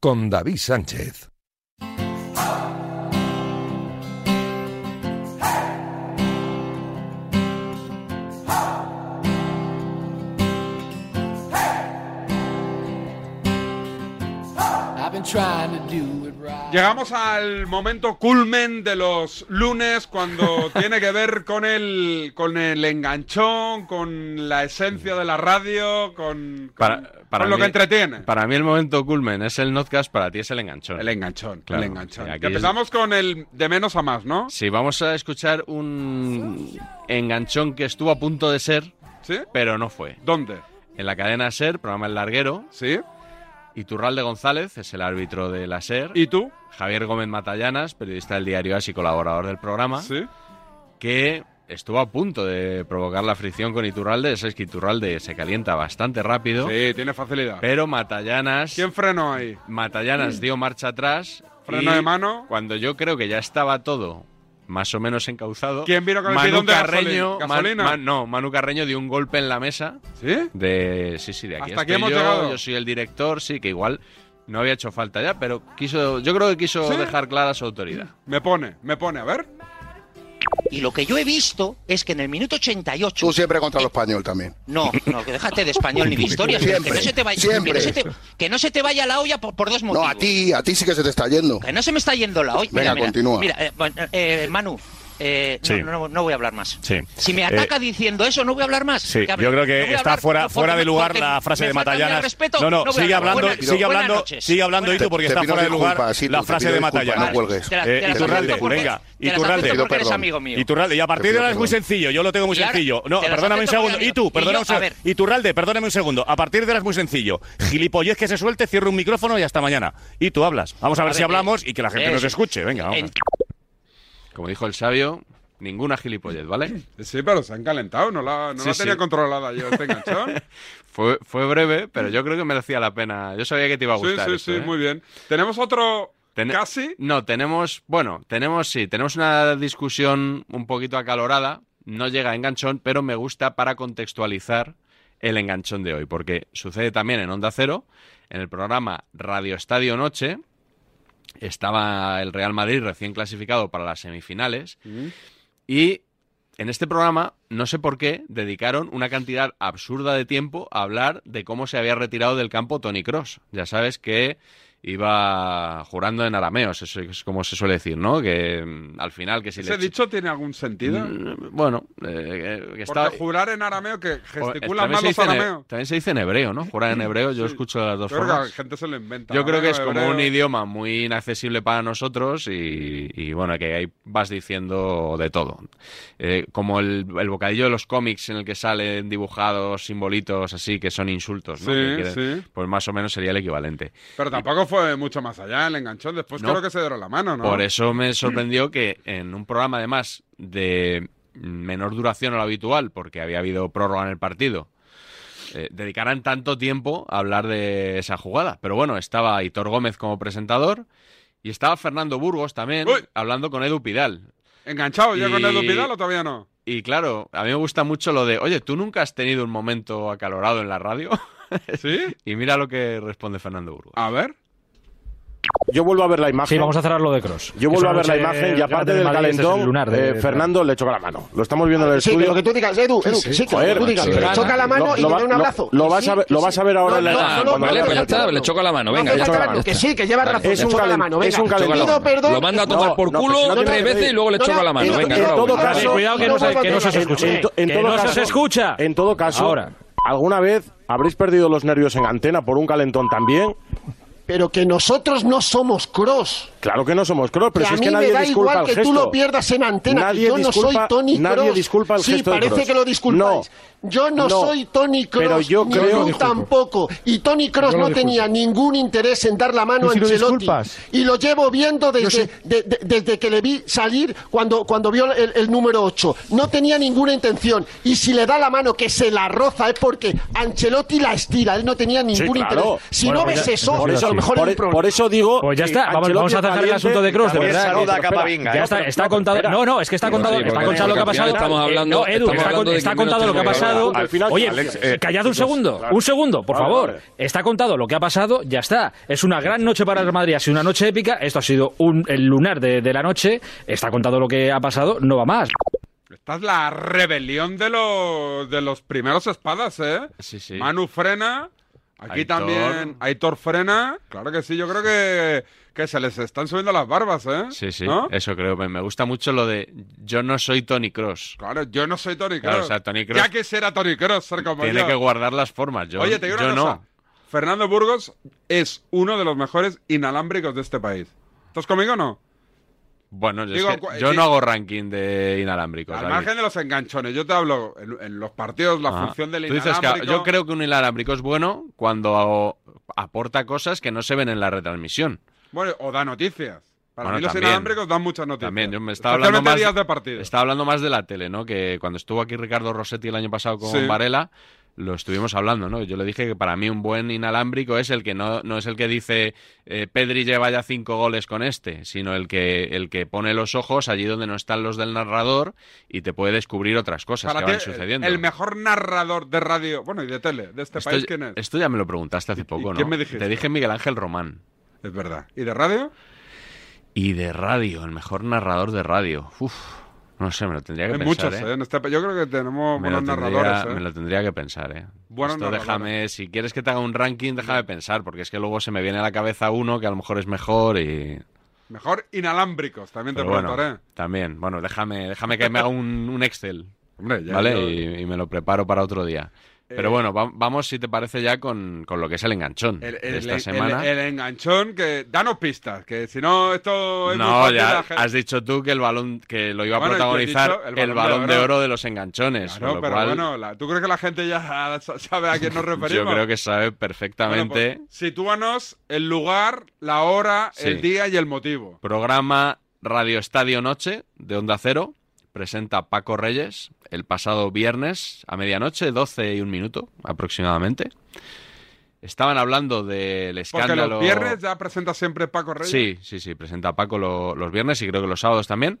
[SPEAKER 23] con David Sánchez.
[SPEAKER 4] Llegamos al momento culmen de los lunes cuando tiene que ver con el con el enganchón, con la esencia de la radio, con, con- con lo que entretiene.
[SPEAKER 5] Para mí el momento culmen es el notcast, para ti es el enganchón. El
[SPEAKER 4] enganchón,
[SPEAKER 5] claro.
[SPEAKER 4] el enganchón.
[SPEAKER 5] Y aquí
[SPEAKER 4] Que empezamos con el de menos a más, ¿no?
[SPEAKER 5] Sí, vamos a escuchar un enganchón que estuvo a punto de ser, pero no fue.
[SPEAKER 4] ¿Dónde?
[SPEAKER 5] En la cadena SER, programa El Larguero.
[SPEAKER 4] Sí.
[SPEAKER 5] Iturralde González es el árbitro de la SER.
[SPEAKER 4] ¿Y tú?
[SPEAKER 5] Javier Gómez Matallanas, periodista del diario As y colaborador del programa.
[SPEAKER 4] Sí.
[SPEAKER 5] Que estuvo a punto de provocar la fricción con Iturralde. Es que Iturralde se calienta bastante rápido.
[SPEAKER 4] Sí, tiene facilidad.
[SPEAKER 5] Pero Matallanas.
[SPEAKER 4] ¿Quién frenó ahí?
[SPEAKER 5] Matallanas
[SPEAKER 4] Mm.
[SPEAKER 5] dio marcha atrás.
[SPEAKER 4] Freno
[SPEAKER 5] y
[SPEAKER 4] de mano.
[SPEAKER 5] Cuando yo creo que ya estaba todo más o menos encauzado.
[SPEAKER 4] ¿Quién vino con el
[SPEAKER 5] Manu
[SPEAKER 4] bidón de gasoli-
[SPEAKER 5] Carreño, Man-
[SPEAKER 4] gasolina?
[SPEAKER 5] Man- no, Manu Carreño dio un golpe en la mesa.
[SPEAKER 4] ¿Sí?
[SPEAKER 5] De, sí, sí, de aquí
[SPEAKER 4] Hasta aquí
[SPEAKER 5] estoy
[SPEAKER 4] hemos
[SPEAKER 5] yo,
[SPEAKER 4] llegado.
[SPEAKER 5] yo soy el director, sí, que igual no había hecho falta ya, pero quiso, yo creo que quiso
[SPEAKER 4] ¿Sí?
[SPEAKER 5] dejar clara su autoridad.
[SPEAKER 4] Me pone, me pone, a ver.
[SPEAKER 26] Y lo que yo he visto es que en el minuto 88.
[SPEAKER 17] Tú siempre contra los español también.
[SPEAKER 26] No, no, que déjate de español ni de historias. pero
[SPEAKER 17] Siempre,
[SPEAKER 26] que, no se te vaya,
[SPEAKER 17] siempre.
[SPEAKER 26] Que, no se te, que no se te vaya la olla por, por dos motivos.
[SPEAKER 17] No, a ti, a ti sí que se te está yendo.
[SPEAKER 26] Que no se me está yendo la olla.
[SPEAKER 17] Venga,
[SPEAKER 26] mira, mira,
[SPEAKER 17] continúa.
[SPEAKER 26] Mira, eh, bueno, eh, Manu, eh, no,
[SPEAKER 15] Sí.
[SPEAKER 26] no, no, no voy a hablar más.
[SPEAKER 15] Sí.
[SPEAKER 26] Si me ataca diciendo eso, no voy a hablar más.
[SPEAKER 15] Sí,
[SPEAKER 26] Que hable-
[SPEAKER 15] yo creo
[SPEAKER 26] no
[SPEAKER 15] que
[SPEAKER 26] voy a
[SPEAKER 15] está
[SPEAKER 26] hablar,
[SPEAKER 15] fuera,
[SPEAKER 26] porque-
[SPEAKER 15] fuera de lugar
[SPEAKER 26] porque
[SPEAKER 15] la frase
[SPEAKER 26] me
[SPEAKER 15] de
[SPEAKER 26] falta el
[SPEAKER 15] Matallanas.
[SPEAKER 26] respeto,
[SPEAKER 15] no, no,
[SPEAKER 26] voy a
[SPEAKER 15] sigue
[SPEAKER 26] hablar.
[SPEAKER 15] hablando,
[SPEAKER 26] Buenas-
[SPEAKER 15] sigue
[SPEAKER 26] buenas
[SPEAKER 15] hablando,
[SPEAKER 26] noches.
[SPEAKER 15] sigue hablando
[SPEAKER 26] Buenas-
[SPEAKER 15] Itu porque
[SPEAKER 26] Te
[SPEAKER 15] está
[SPEAKER 26] pido
[SPEAKER 15] fuera de lugar lugar
[SPEAKER 26] disculpas, Itu,
[SPEAKER 15] la
[SPEAKER 26] te
[SPEAKER 15] frase
[SPEAKER 26] pido
[SPEAKER 15] de
[SPEAKER 26] disculpas,
[SPEAKER 15] Matallanas.
[SPEAKER 26] no cuelgues. Te la- te
[SPEAKER 15] Eh,
[SPEAKER 26] la- te
[SPEAKER 15] Iturralde,
[SPEAKER 26] la-
[SPEAKER 15] venga,
[SPEAKER 26] te la acepto
[SPEAKER 15] Iturralde.
[SPEAKER 26] porque eres amigo mío.
[SPEAKER 15] Iturralde, y a partir de
[SPEAKER 26] Te
[SPEAKER 15] ahora
[SPEAKER 26] pido
[SPEAKER 15] es muy
[SPEAKER 26] perdón.
[SPEAKER 15] sencillo, yo lo tengo muy
[SPEAKER 26] Y ahora-
[SPEAKER 15] sencillo.
[SPEAKER 26] te
[SPEAKER 15] No,
[SPEAKER 26] las
[SPEAKER 15] perdóname un
[SPEAKER 26] acepto porque
[SPEAKER 15] segundo.
[SPEAKER 26] eres
[SPEAKER 15] Y tú,
[SPEAKER 26] amigo. Y
[SPEAKER 15] perdóname
[SPEAKER 26] yo-
[SPEAKER 15] un
[SPEAKER 26] a
[SPEAKER 15] segundo.
[SPEAKER 26] ver.
[SPEAKER 15] Iturralde, perdóname un segundo. A partir de ahora es muy sencillo. Gilipollez que se suelte, cierra un micrófono y hasta mañana. Y tú hablas. Vamos a ver si hablamos y que la gente nos escuche. Venga, vamos.
[SPEAKER 5] Como dijo el sabio, ninguna gilipollez, ¿vale?
[SPEAKER 4] Sí, pero se han calentado, no la, no
[SPEAKER 5] Sí,
[SPEAKER 4] la
[SPEAKER 5] sí.
[SPEAKER 4] tenía controlada yo este enganchón.
[SPEAKER 5] Fue, fue breve, pero yo creo que merecía la pena. Yo sabía que te iba a
[SPEAKER 4] Sí,
[SPEAKER 5] gustar.
[SPEAKER 4] sí,
[SPEAKER 5] esto,
[SPEAKER 4] sí,
[SPEAKER 5] ¿eh?
[SPEAKER 4] muy bien. Tenemos otro
[SPEAKER 5] Ten-
[SPEAKER 4] casi.
[SPEAKER 5] No, tenemos, bueno, tenemos sí, tenemos una discusión un poquito acalorada, no llega a enganchón, pero me gusta para contextualizar el enganchón de hoy, porque sucede también en Onda Cero, en el programa Radio Estadio Noche, estaba el Real Madrid recién clasificado para las semifinales y en este programa, no sé por qué, dedicaron una cantidad absurda de tiempo a hablar de cómo se había retirado del campo Tony Cross. Ya sabes que iba jurando en arameos, eso es como se suele decir, ¿no? Que mm, al final, que si
[SPEAKER 4] ¿Ese
[SPEAKER 5] le.
[SPEAKER 4] dicho tiene algún sentido?
[SPEAKER 5] Mm, Bueno, eh, que- que está.
[SPEAKER 4] Porque jurar en arameo que
[SPEAKER 5] o- eh,
[SPEAKER 4] gesticulan
[SPEAKER 5] también
[SPEAKER 4] mal
[SPEAKER 5] se
[SPEAKER 4] los
[SPEAKER 5] dice en he-
[SPEAKER 4] arameos.
[SPEAKER 5] también se dice en hebreo, ¿no? Jurar en hebreo, yo escucho de las dos
[SPEAKER 4] Yo creo que la
[SPEAKER 5] formas.
[SPEAKER 4] gente se lo inventa.
[SPEAKER 5] Yo creo que
[SPEAKER 4] arameo,
[SPEAKER 5] es como
[SPEAKER 4] hebreo.
[SPEAKER 5] un idioma muy inaccesible para nosotros y, y, bueno, que ahí vas diciendo de todo. Eh, como el, el bocadillo de los cómics en el que salen dibujados simbolitos así que son insultos,
[SPEAKER 4] Sí,
[SPEAKER 5] ¿no? Que quieren-
[SPEAKER 4] sí.
[SPEAKER 5] Pues más o menos sería el equivalente.
[SPEAKER 4] Pero tampoco fue mucho más allá el enganchón. Después
[SPEAKER 5] No.
[SPEAKER 4] creo que se dieron la mano, ¿no?
[SPEAKER 5] Por eso me sorprendió que en un programa además de menor duración a lo habitual, porque había habido prórroga en el partido, eh, dedicaran tanto tiempo a hablar de esa jugada. Pero bueno, estaba Hitor Gómez como presentador y estaba Fernando Burgos también hablando con Edu Pidal.
[SPEAKER 4] ¿Enganchado ya Ah, con
[SPEAKER 5] Y-
[SPEAKER 4] Edu Pidal o todavía no?
[SPEAKER 5] Y claro, a mí me gusta mucho lo de, oye, ¿tú nunca has tenido un momento acalorado en la radio?
[SPEAKER 4] ¿Sí?
[SPEAKER 5] y mira lo que responde Fernando Burgos.
[SPEAKER 4] A ver.
[SPEAKER 14] Yo vuelvo a ver la imagen.
[SPEAKER 18] Sí, vamos a cerrar lo de Cross.
[SPEAKER 14] Yo vuelvo a ver la imagen y aparte del calentón,
[SPEAKER 18] lunar de-
[SPEAKER 14] eh, Fernando le choca la mano. Lo estamos viendo en el
[SPEAKER 17] Sí,
[SPEAKER 14] estudio.
[SPEAKER 17] que lo que tú digas, Edu, Edu, sí, que
[SPEAKER 14] Joder,
[SPEAKER 17] lo que tú digas.
[SPEAKER 14] sí.
[SPEAKER 17] Choca la mano
[SPEAKER 14] Lo-
[SPEAKER 17] y
[SPEAKER 14] lo
[SPEAKER 17] te
[SPEAKER 14] va-
[SPEAKER 17] da un
[SPEAKER 14] lo-
[SPEAKER 17] abrazo.
[SPEAKER 14] Lo,
[SPEAKER 17] Que
[SPEAKER 14] vas,
[SPEAKER 17] sí,
[SPEAKER 14] a ver,
[SPEAKER 17] que
[SPEAKER 14] lo
[SPEAKER 17] sí.
[SPEAKER 14] vas a ver ahora
[SPEAKER 17] No,
[SPEAKER 14] en la
[SPEAKER 17] no,
[SPEAKER 14] imagen,
[SPEAKER 17] solo-
[SPEAKER 14] cuando
[SPEAKER 17] vale,
[SPEAKER 14] vea
[SPEAKER 17] pues ya
[SPEAKER 14] el
[SPEAKER 17] está,
[SPEAKER 14] partido.
[SPEAKER 17] le
[SPEAKER 52] choca la mano,
[SPEAKER 17] venga,
[SPEAKER 14] le
[SPEAKER 17] ya
[SPEAKER 14] choca
[SPEAKER 17] está.
[SPEAKER 14] la mano.
[SPEAKER 17] Que sí, que lleva razón,
[SPEAKER 14] Es un
[SPEAKER 17] choca la
[SPEAKER 14] calen-
[SPEAKER 17] mano,
[SPEAKER 14] Es
[SPEAKER 17] venga.
[SPEAKER 14] un calentón.
[SPEAKER 17] Pido perdón.
[SPEAKER 52] Lo manda a tomar por
[SPEAKER 14] No, no,
[SPEAKER 52] culo
[SPEAKER 14] si no
[SPEAKER 52] tres
[SPEAKER 14] tiene-
[SPEAKER 52] veces y luego le
[SPEAKER 14] No,
[SPEAKER 52] choca
[SPEAKER 14] no,
[SPEAKER 52] la mano,
[SPEAKER 14] en-
[SPEAKER 52] venga,
[SPEAKER 14] en
[SPEAKER 52] no la
[SPEAKER 14] todo
[SPEAKER 52] vuelva.
[SPEAKER 14] caso-
[SPEAKER 52] Cuidado que no se- que no se os
[SPEAKER 14] en-
[SPEAKER 52] escuche.
[SPEAKER 14] en to- en
[SPEAKER 52] Que
[SPEAKER 14] todo
[SPEAKER 52] no se
[SPEAKER 14] caso-
[SPEAKER 52] os escucha.
[SPEAKER 14] En todo caso,
[SPEAKER 52] Ahora.
[SPEAKER 14] ¿alguna vez habréis perdido los nervios en antena por un calentón también?
[SPEAKER 17] Pero que nosotros no somos cross.
[SPEAKER 14] Claro que no somos cross, pero
[SPEAKER 17] que
[SPEAKER 14] si
[SPEAKER 17] a
[SPEAKER 14] es
[SPEAKER 17] mí
[SPEAKER 14] que
[SPEAKER 17] me
[SPEAKER 14] nadie
[SPEAKER 17] da
[SPEAKER 14] disculpa
[SPEAKER 17] igual
[SPEAKER 14] el
[SPEAKER 17] que
[SPEAKER 14] gesto.
[SPEAKER 17] tú lo pierdas en antena. que
[SPEAKER 14] Nadie
[SPEAKER 17] yo no soy
[SPEAKER 14] disculpa-
[SPEAKER 17] Tony
[SPEAKER 14] nadie
[SPEAKER 17] Cross.
[SPEAKER 14] disculpa el
[SPEAKER 17] sí,
[SPEAKER 14] gesto de
[SPEAKER 17] parece
[SPEAKER 14] Kroos.
[SPEAKER 17] que lo disculpáis. Yo no,
[SPEAKER 14] No.
[SPEAKER 17] soy Tony Cross.
[SPEAKER 14] Pero yo
[SPEAKER 17] ni
[SPEAKER 14] creo-
[SPEAKER 17] tú
[SPEAKER 14] Yo lo disculpo.
[SPEAKER 17] tampoco. Y Tony Cross
[SPEAKER 14] Yo lo
[SPEAKER 17] no tenía ningún interés en dar la mano
[SPEAKER 53] Tú
[SPEAKER 17] a
[SPEAKER 53] sí lo
[SPEAKER 17] Ancelotti.
[SPEAKER 53] disculpas.
[SPEAKER 17] Y lo llevo viendo desde,
[SPEAKER 53] sí.
[SPEAKER 17] de- de- desde que le vi salir cuando, cuando vio el, el número 8. No tenía ninguna intención. Y si le da la mano que se la roza es porque Ancelotti la estira. Él no tenía ningún interés. Si no
[SPEAKER 14] pues
[SPEAKER 17] ves eso, pues
[SPEAKER 14] por
[SPEAKER 17] a lo mejor
[SPEAKER 14] por,
[SPEAKER 17] el problema.
[SPEAKER 14] por eso digo.
[SPEAKER 18] Pues ya
[SPEAKER 14] que
[SPEAKER 18] está, vamos,
[SPEAKER 14] Ancelotti
[SPEAKER 18] vamos a tratar el
[SPEAKER 14] caliente
[SPEAKER 18] asunto de Cross, de
[SPEAKER 14] también
[SPEAKER 18] verdad.
[SPEAKER 14] saluda
[SPEAKER 18] Pero
[SPEAKER 14] a
[SPEAKER 18] espera,
[SPEAKER 14] Camavinga,
[SPEAKER 18] Ya
[SPEAKER 14] ¿eh?
[SPEAKER 18] está,
[SPEAKER 14] Pero-
[SPEAKER 18] está
[SPEAKER 14] pero-
[SPEAKER 18] contado.
[SPEAKER 14] espera.
[SPEAKER 18] No, no, es que está
[SPEAKER 14] Sí,
[SPEAKER 18] contado,
[SPEAKER 14] porque
[SPEAKER 18] está
[SPEAKER 14] de
[SPEAKER 18] contado lo que ha
[SPEAKER 14] campeonato
[SPEAKER 18] pasado.
[SPEAKER 14] estamos hablando-
[SPEAKER 18] no, Edu,
[SPEAKER 14] estamos
[SPEAKER 18] está,
[SPEAKER 14] hablando de
[SPEAKER 18] está
[SPEAKER 14] que menos
[SPEAKER 18] contado lo que ha
[SPEAKER 14] tiene que ver.
[SPEAKER 18] pasado.
[SPEAKER 14] Al final,
[SPEAKER 18] Oye,
[SPEAKER 14] Alex, eh,
[SPEAKER 18] callad un
[SPEAKER 14] chicos,
[SPEAKER 18] segundo,
[SPEAKER 14] claro.
[SPEAKER 18] un segundo, por
[SPEAKER 14] Vale,
[SPEAKER 18] favor.
[SPEAKER 14] vale.
[SPEAKER 18] Está contado lo que ha pasado, ya está. Es una gran noche para el Madrid, ha sido una noche épica. Esto ha sido un, el lunar de, de la noche. Está contado lo que ha pasado, no va más.
[SPEAKER 4] Esta es la rebelión de los, de los primeros espadas, ¿eh? Manu frena. Aquí
[SPEAKER 5] Aitor.
[SPEAKER 4] también Aitor frena. Claro que sí, yo creo que, que se les están subiendo las barbas, ¿eh?
[SPEAKER 5] Sí, sí,
[SPEAKER 4] ¿No?
[SPEAKER 5] eso creo. Me me gusta mucho lo de yo no soy Tony Cross.
[SPEAKER 4] Claro, yo no soy Tony
[SPEAKER 5] Claro,
[SPEAKER 4] Cross.
[SPEAKER 5] o sea, Tony Kroos
[SPEAKER 4] ya quisiera Tony Cross ser
[SPEAKER 14] pues
[SPEAKER 4] como
[SPEAKER 5] Tiene
[SPEAKER 4] yo.
[SPEAKER 5] que guardar las formas. Yo,
[SPEAKER 4] Oye, te digo
[SPEAKER 5] yo
[SPEAKER 4] una cosa.
[SPEAKER 5] no.
[SPEAKER 4] Fernando Burgos es uno de los mejores inalámbricos de este país. ¿Estás conmigo o no?
[SPEAKER 5] Bueno, yo, es
[SPEAKER 4] Digo,
[SPEAKER 5] que
[SPEAKER 4] cu-
[SPEAKER 5] yo
[SPEAKER 4] di-
[SPEAKER 5] no hago ranking de inalámbricos.
[SPEAKER 4] Al
[SPEAKER 5] David.
[SPEAKER 4] margen de los enganchones, yo te hablo en, en los partidos, la
[SPEAKER 5] Ajá.
[SPEAKER 4] función del
[SPEAKER 5] Ah. Tú dices que
[SPEAKER 4] inalámbrico.
[SPEAKER 5] yo creo que un inalámbrico es bueno cuando hago- aporta cosas que no se ven en la retransmisión.
[SPEAKER 4] Bueno, o da noticias. Para
[SPEAKER 5] Bueno,
[SPEAKER 4] mí los
[SPEAKER 5] también.
[SPEAKER 4] inalámbricos dan muchas noticias.
[SPEAKER 5] También, yo me estaba hablando
[SPEAKER 4] Especialmente días
[SPEAKER 5] más
[SPEAKER 4] de partido.
[SPEAKER 5] Estaba hablando más de la tele, ¿no? Que cuando estuvo aquí Ricardo Rossetti el año pasado con
[SPEAKER 4] Sí.
[SPEAKER 5] Varela, lo estuvimos hablando, ¿no? Yo le dije que para mí un buen inalámbrico es el que no, no es el que dice eh, Pedri lleva ya cinco goles con este, sino el que el que pone los ojos allí donde no están los del narrador y te puede descubrir otras cosas
[SPEAKER 4] Para
[SPEAKER 5] que van
[SPEAKER 4] ti, el-
[SPEAKER 5] sucediendo.
[SPEAKER 4] El mejor narrador de radio, bueno, y de tele, de este
[SPEAKER 5] esto,
[SPEAKER 4] país, ¿quién es?
[SPEAKER 5] esto ya me lo preguntaste hace poco, ¿no?
[SPEAKER 4] quién me dijiste?
[SPEAKER 5] Te dije Miguel Ángel Román.
[SPEAKER 4] Es verdad. ¿Y de radio?
[SPEAKER 5] Y de radio, el mejor narrador de radio. Uf, no sé, me lo tendría que
[SPEAKER 4] Hay
[SPEAKER 5] pensar.
[SPEAKER 4] muchos,
[SPEAKER 5] ¿eh?
[SPEAKER 4] ¿eh? En este pa- yo creo que tenemos
[SPEAKER 5] Me
[SPEAKER 4] buenos
[SPEAKER 5] lo tendría-
[SPEAKER 4] narradores. ¿eh?
[SPEAKER 5] Me lo tendría que pensar, ¿eh?
[SPEAKER 4] Buenos
[SPEAKER 5] Esto
[SPEAKER 4] narradores.
[SPEAKER 5] déjame, si quieres que te haga un ranking, déjame pensar, porque es que luego se me viene a la cabeza uno que a lo mejor es mejor y...
[SPEAKER 4] Mejor inalámbricos, también
[SPEAKER 5] Pero
[SPEAKER 4] te ¿eh?
[SPEAKER 5] bueno,
[SPEAKER 4] preguntaré.
[SPEAKER 5] también. Bueno, déjame, déjame que me haga un, un Excel,
[SPEAKER 4] Hombre, ya,
[SPEAKER 5] ¿vale?
[SPEAKER 4] yo-
[SPEAKER 5] Y, y me lo preparo para otro día.
[SPEAKER 4] Eh,
[SPEAKER 5] Pero bueno, va- vamos, si te parece, ya con, con lo que es el enganchón
[SPEAKER 4] El,
[SPEAKER 5] de
[SPEAKER 4] el-
[SPEAKER 5] esta
[SPEAKER 4] el-
[SPEAKER 5] semana.
[SPEAKER 4] el enganchón que. Danos pistas, que si no, esto es. muy
[SPEAKER 5] No,
[SPEAKER 4] fácil, la
[SPEAKER 5] ya
[SPEAKER 4] gente-
[SPEAKER 5] has dicho tú que el balón que lo iba a
[SPEAKER 4] Bueno, yo he
[SPEAKER 5] protagonizar
[SPEAKER 4] dicho
[SPEAKER 5] el, balón de oro. de los enganchones.
[SPEAKER 4] Claro,
[SPEAKER 5] con lo
[SPEAKER 4] pero
[SPEAKER 5] cual,
[SPEAKER 4] bueno, la- ¿tú crees que la gente ya sa- sabe a quién nos
[SPEAKER 5] yo
[SPEAKER 4] referimos?
[SPEAKER 5] creo que sabe
[SPEAKER 4] Bueno, pues,
[SPEAKER 5] perfectamente.
[SPEAKER 4] sitúanos el lugar, la hora,
[SPEAKER 5] Sí.
[SPEAKER 4] el día y el motivo.
[SPEAKER 5] Programa Radio Estadio Noche de Onda Cero presenta Paco Reyes el pasado viernes a medianoche, 12 y un minuto aproximadamente. Estaban hablando del
[SPEAKER 4] Porque
[SPEAKER 5] escándalo.
[SPEAKER 4] los viernes ya presenta siempre Paco Reyes.
[SPEAKER 5] Sí, sí, sí, presenta Paco lo- los viernes y creo que los sábados también.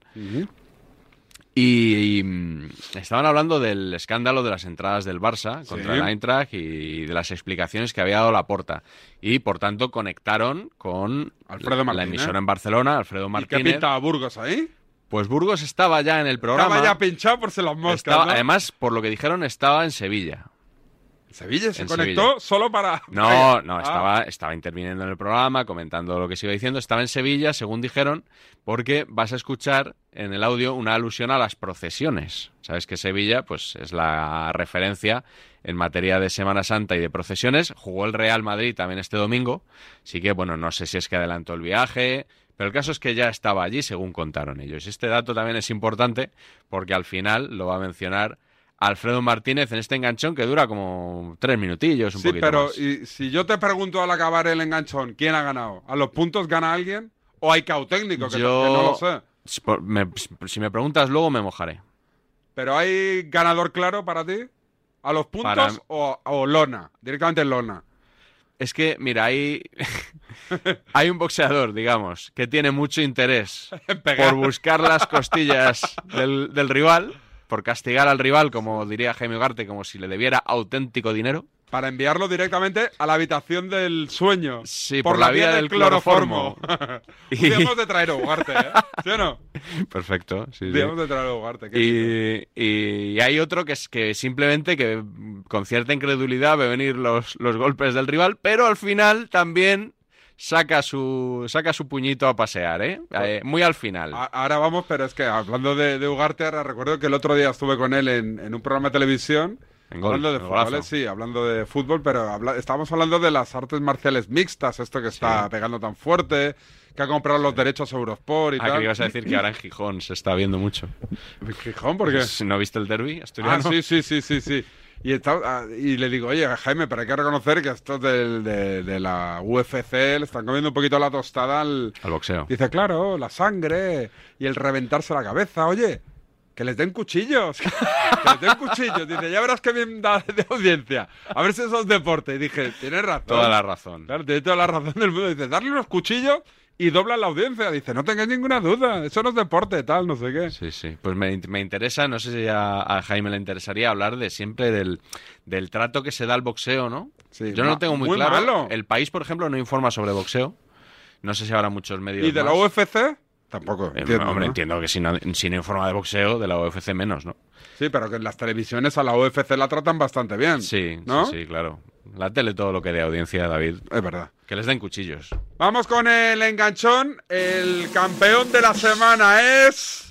[SPEAKER 5] Y, y, mm, estaban hablando del escándalo de las entradas del Barça contra
[SPEAKER 4] Sí.
[SPEAKER 5] el Eintracht y de las explicaciones que había dado la porta. Y por tanto conectaron con
[SPEAKER 4] Alfredo
[SPEAKER 5] la
[SPEAKER 4] Martínez.
[SPEAKER 5] emisora en Barcelona, Alfredo
[SPEAKER 4] ¿Y qué
[SPEAKER 5] Martínez.
[SPEAKER 4] pintaba Burgos ahí?
[SPEAKER 5] Pues Burgos estaba ya en el programa.
[SPEAKER 4] Estaba ya pinchado por si las moscas.
[SPEAKER 5] Estaba-
[SPEAKER 4] ¿no?
[SPEAKER 5] Además, por lo que dijeron, estaba en Sevilla.
[SPEAKER 4] Sevilla se
[SPEAKER 5] en
[SPEAKER 4] conectó
[SPEAKER 5] Sevilla.
[SPEAKER 4] solo para. Ah,
[SPEAKER 5] No, no, estaba, estaba interviniendo en el programa, comentando lo que se iba diciendo. Estaba en Sevilla, según dijeron, porque vas a escuchar en el audio una alusión a las procesiones. Sabes que Sevilla, pues, es la referencia en materia de Semana Santa y de procesiones. Jugó el Real Madrid también este domingo, así que, bueno, no sé si es que adelantó el viaje. Pero el caso es que ya estaba allí, según contaron ellos. Y Este dato también es importante porque al final lo va a mencionar Alfredo Martínez en este enganchón que dura como tres minutillos, un
[SPEAKER 4] Sí,
[SPEAKER 5] poquito
[SPEAKER 4] pero
[SPEAKER 5] más.
[SPEAKER 4] y si yo te pregunto al acabar el enganchón, ¿quién ha ganado? ¿A los puntos gana alguien? ¿O hay cao técnico? Que,
[SPEAKER 5] Yo-
[SPEAKER 4] que no lo sé.
[SPEAKER 5] Si por- me- si me preguntas luego me mojaré.
[SPEAKER 4] ¿Pero hay ganador claro para ti? ¿A los puntos
[SPEAKER 5] Para-
[SPEAKER 4] o, o lona? Directamente lona.
[SPEAKER 5] Es que, mira, hay, hay un boxeador, digamos, que tiene mucho interés
[SPEAKER 4] pegar.
[SPEAKER 5] por buscar las costillas del, del rival, por castigar al rival, como diría Jaime Ugarte, como si le debiera auténtico dinero.
[SPEAKER 4] Para enviarlo directamente a la habitación del sueño.
[SPEAKER 5] Sí, por, la, vía, del cloroformo. Y-
[SPEAKER 4] Debemos de traer a Ugarte, ¿eh? ¿Sí o no?
[SPEAKER 5] Perfecto. sí, sí.
[SPEAKER 4] Debemos de traer a Ugarte. qué
[SPEAKER 5] Y, y hay otro que es que simplemente que con cierta incredulidad ve venir los, los golpes del rival, pero al final también saca su saca su puñito a pasear, ¿eh?
[SPEAKER 4] Ah.
[SPEAKER 5] Eh, muy al final.
[SPEAKER 4] A- Ahora vamos, pero es que hablando de, de Ugarte, ahora recuerdo que el otro día estuve con él en, en un programa de televisión.
[SPEAKER 5] En Gol,
[SPEAKER 4] hablando de
[SPEAKER 5] en
[SPEAKER 4] fútbol,
[SPEAKER 5] Golazo.
[SPEAKER 4] ¿eh? sí, hablando de fútbol, pero habla- estábamos hablando de las artes marciales mixtas, esto que está pegando tan fuerte, que ha comprado los derechos a Eurosport y
[SPEAKER 5] Ah,
[SPEAKER 4] tal.
[SPEAKER 5] que ibas a decir que ahora en Gijón se está viendo mucho.
[SPEAKER 4] ¿Gijón? ¿Por qué?
[SPEAKER 5] ¿No viste el derby asturiano?
[SPEAKER 4] Ah, sí, sí, sí, sí, sí. Y, está- ah, y le digo, oye, Jaime, pero hay que reconocer que estos del- de, de la UFC le están comiendo un poquito la tostada al,
[SPEAKER 5] Al boxeo.
[SPEAKER 4] Dice, claro, la sangre y el reventarse la cabeza, oye, que les den cuchillos, que les den cuchillos. Dice, ya verás que bien da de audiencia. A ver si eso es deporte. Y dije, tienes razón.
[SPEAKER 5] Toda la razón.
[SPEAKER 4] Claro, tiene toda la razón del mundo. Dice, darle unos cuchillos y dobla la audiencia. Dice, no tengáis ninguna duda, eso no es deporte, tal, no sé qué.
[SPEAKER 5] Sí, sí. Pues me, me interesa, no sé si a, a Jaime le interesaría hablar de siempre del, del trato que se da al boxeo, ¿no? Yo no
[SPEAKER 4] ma-
[SPEAKER 5] lo tengo muy,
[SPEAKER 4] muy
[SPEAKER 5] claro.
[SPEAKER 4] malo.
[SPEAKER 5] El país, por ejemplo, no informa sobre boxeo. No sé si habrá muchos medios.
[SPEAKER 4] ¿Y de la
[SPEAKER 5] más.
[SPEAKER 4] UFC? Tampoco.
[SPEAKER 5] Eh,
[SPEAKER 4] entiendo,
[SPEAKER 5] hombre,
[SPEAKER 4] ¿no?
[SPEAKER 5] entiendo que si no, si no informa de boxeo, de la UFC menos, ¿no?
[SPEAKER 4] Sí, pero que en las televisiones a la UFC la tratan bastante bien.
[SPEAKER 5] Sí,
[SPEAKER 4] ¿No?
[SPEAKER 5] sí, sí, claro. La tele todo lo que dé audiencia, David.
[SPEAKER 4] Es verdad.
[SPEAKER 5] Que les den cuchillos.
[SPEAKER 4] Vamos con el enganchón. El campeón de la semana es.